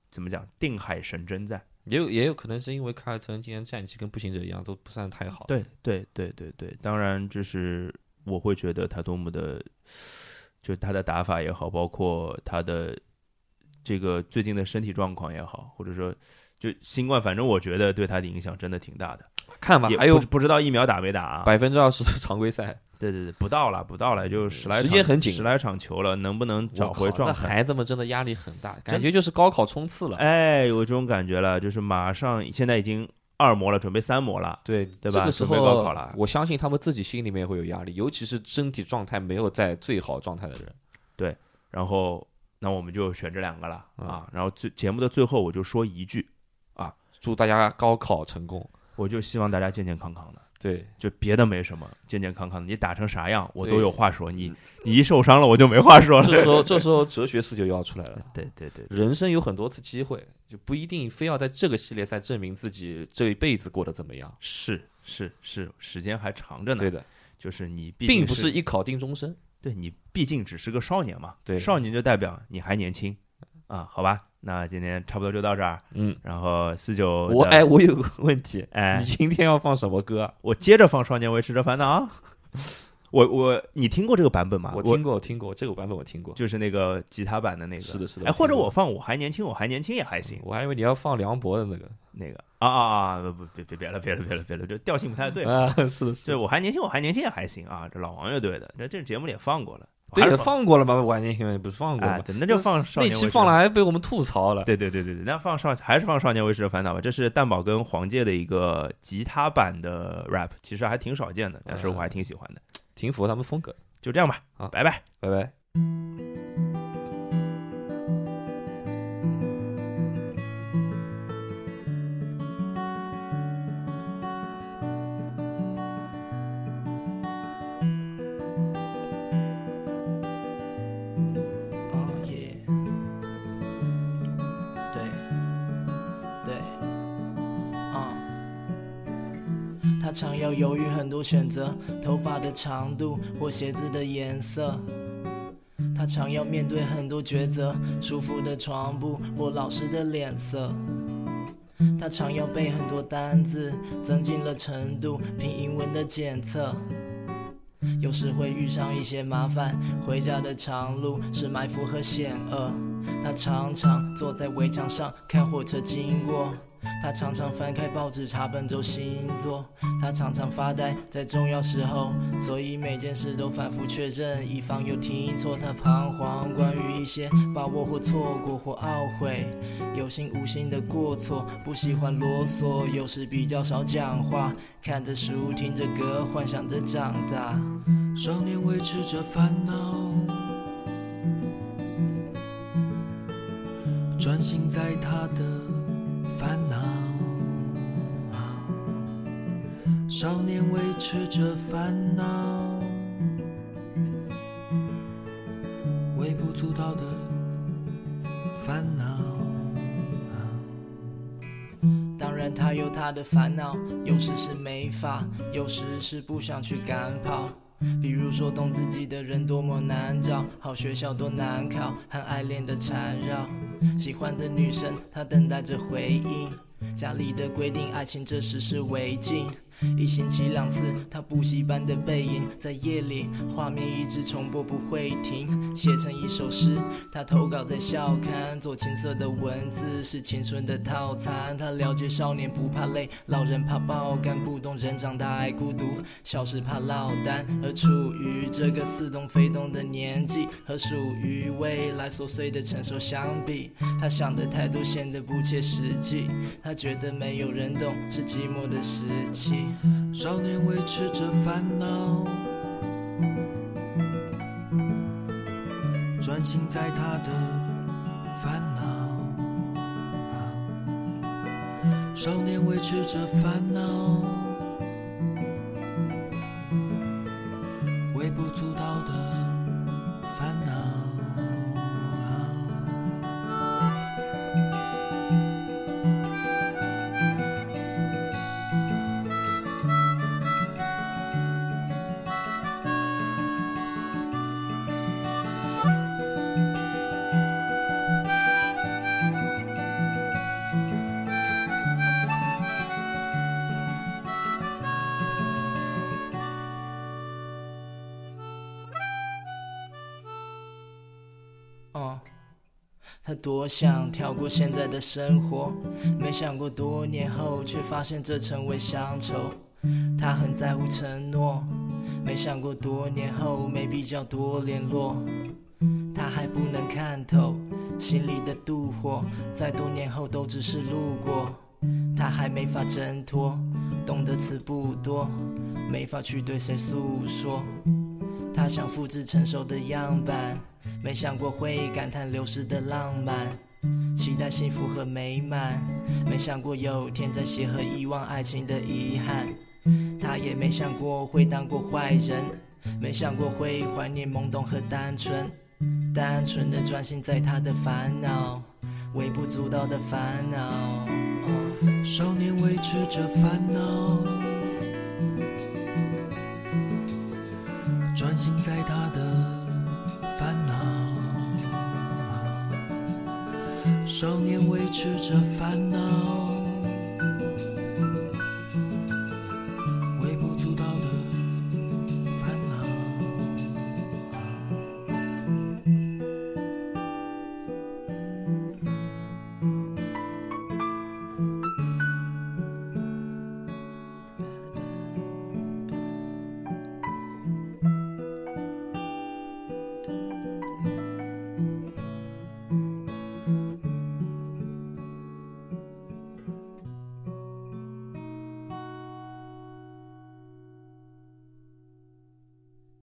[SPEAKER 1] 怎么讲定海神针在。
[SPEAKER 2] 也有也有可能是因为凯尔特人今年战绩跟步行者一样，都不算太好。
[SPEAKER 1] 对对对对对，当然就是我会觉得塔图姆的就是他的打法也好，包括他的这个最近的身体状况也好，或者说就新冠，反正我觉得对他的影响真的挺大的。
[SPEAKER 2] 看吧，
[SPEAKER 1] 也
[SPEAKER 2] 还有
[SPEAKER 1] 不不知道疫苗打没打啊？
[SPEAKER 2] 百分之二十的常规赛，
[SPEAKER 1] 对对对，不到了，不到了，就十来
[SPEAKER 2] 时
[SPEAKER 1] 场
[SPEAKER 2] 间很紧
[SPEAKER 1] 十来场球了，能不能找
[SPEAKER 2] 我
[SPEAKER 1] 回
[SPEAKER 2] 靠
[SPEAKER 1] 状
[SPEAKER 2] 那
[SPEAKER 1] 态？
[SPEAKER 2] 孩子们真的压力很大，感
[SPEAKER 1] 真
[SPEAKER 2] 觉就是高考冲刺了。
[SPEAKER 1] 哎，有这种感觉了，就是马上现在已经二模了，准备三模了。
[SPEAKER 2] 对
[SPEAKER 1] 对吧
[SPEAKER 2] 这个时
[SPEAKER 1] 准备高
[SPEAKER 2] 候
[SPEAKER 1] 考了
[SPEAKER 2] 我相信他们自己心里面会有压力，尤其是身体状态没有在最好状态的人。
[SPEAKER 1] 然后那我们就选这两个了
[SPEAKER 2] 嗯
[SPEAKER 1] 啊。然后最节目的最后，我就说一句，
[SPEAKER 2] 祝大家高考成功。
[SPEAKER 1] 我就希望大家健健康康的，
[SPEAKER 2] 对，
[SPEAKER 1] 就别的没什么，健健康康的。你打成啥样，我都
[SPEAKER 2] 对嗯
[SPEAKER 1] 有话说。你你一受伤了，我就没话说了。
[SPEAKER 2] 这时候这时候哲学四九要出来了。
[SPEAKER 1] 对对对，
[SPEAKER 2] 人生有很多次机会，就不一定非要在这个系列赛证明自己这一辈子过得怎么样。
[SPEAKER 1] 是是是，时间还长着呢。
[SPEAKER 2] 对的，
[SPEAKER 1] 就是你毕
[SPEAKER 2] 并
[SPEAKER 1] 竟
[SPEAKER 2] 不
[SPEAKER 1] 是
[SPEAKER 2] 是一考定终身。
[SPEAKER 1] 对你毕竟只是个少年嘛，
[SPEAKER 2] 对
[SPEAKER 1] 少年就代表你还年轻啊，好吧，那今天差不多就到这儿，
[SPEAKER 2] 嗯，
[SPEAKER 1] 然后四九
[SPEAKER 2] 我
[SPEAKER 1] 的
[SPEAKER 2] 哎，我有个问题，
[SPEAKER 1] 哎
[SPEAKER 2] 你今天要放什么歌啊？
[SPEAKER 1] 我接着放《少年维持着烦恼》啊，我我你听过这个版本吗？
[SPEAKER 2] 我听过，我听过这个版本，我听过。
[SPEAKER 1] 啊就是那个吉他版的那个，
[SPEAKER 2] 是的是的
[SPEAKER 1] 哎，
[SPEAKER 2] 我听
[SPEAKER 1] 或者
[SPEAKER 2] 过
[SPEAKER 1] 我放《我还年轻，我还年轻》也还行，
[SPEAKER 2] 我还以为你要放梁博的那个
[SPEAKER 1] 那个啊啊啊，不别别别了别了别了别了，这调性不太对，
[SPEAKER 2] 啊，是的，是
[SPEAKER 1] 对
[SPEAKER 2] 的，
[SPEAKER 1] 我还年轻，我还年轻也还行啊，这老王乐队的，这这节目里也放过了，还
[SPEAKER 2] 对，
[SPEAKER 1] 是
[SPEAKER 2] 也放过了吧？晚年新闻不是放过
[SPEAKER 1] 哎
[SPEAKER 2] 吗？
[SPEAKER 1] 对，那就放少
[SPEAKER 2] 那
[SPEAKER 1] 年
[SPEAKER 2] 期
[SPEAKER 1] 维持
[SPEAKER 2] 放了还被我们吐槽了。
[SPEAKER 1] 对对对对对，那放少还是放《少年维持的烦恼》吧，这是蛋宝跟黄玠的一个吉他版的 rap，其实还挺少见的，但是我还挺喜欢的。
[SPEAKER 2] 挺符合他们风格。
[SPEAKER 1] 就这样吧
[SPEAKER 2] 嗯好，
[SPEAKER 1] 拜拜。
[SPEAKER 2] 拜拜。
[SPEAKER 3] 哦耶！对，对，嗯。他常要犹豫很多选择，头发的长度或鞋子的颜色。他常要面对很多抉择，舒服的床铺或老师的脸色。他常要背很多单字，增进了程度，拼英文的检测。有时会遇上一些麻烦，回家的长路是埋伏和险恶。他常常坐在围墙上看火车经过，他常常翻开报纸查本周星座，他常常发呆在重要时候，所以每件事都反复确认，以防有听错。他彷徨关于一些把握或错过或懊悔，有心无心的过错，不喜欢啰嗦，有时比较少讲话，看着书听着歌，幻想着长大。
[SPEAKER 4] 少年维持着烦恼，专心在他的烦恼。少年维持着烦恼，微不足道的烦恼。
[SPEAKER 3] 当然，他有他的烦恼，有时是没法，有时是不想去赶跑。比如说，懂自己的人多么难找，好学校多难考，和爱恋的缠绕，喜欢的女生，他等待着回应。家里的规定，爱情这时是违禁。一星期两次，他补习班的背影，在夜里画面一直重播不会停，写成一首诗。他投稿在校刊，做青涩的文字是青春的套餐。他了解少年不怕累，老人怕爆肝，不懂人长大爱孤独，小时怕落单。而处于这个似懂非懂的年纪，和属于未来琐碎的承受相比，他想的太多显得不切实际。他觉得没有人懂是寂寞的时期。
[SPEAKER 4] 少年维持着烦恼，专心在他的烦恼。少年维持着烦恼，微不足道的烦恼。啊
[SPEAKER 3] 哦他多想跳过现在的生活，没想过多年后却发现这成为乡愁。他很在乎承诺，没想过多年后没必要多联络。他还不能看透心里的妒火，在多年后都只是路过。他还没法挣脱，懂的词不多，没法去对谁诉说。他想复制成熟的样板，没想过会感叹流逝的浪漫，期待幸福和美满，没想过有天再协和遗忘爱情的遗憾。他也没想过会当过坏人，没想过会怀念懵懂和单纯，单纯的专心在他的烦恼，微不足道的烦恼。哦
[SPEAKER 4] 少年维持着烦恼，专心在他的烦恼。少年维持着烦恼，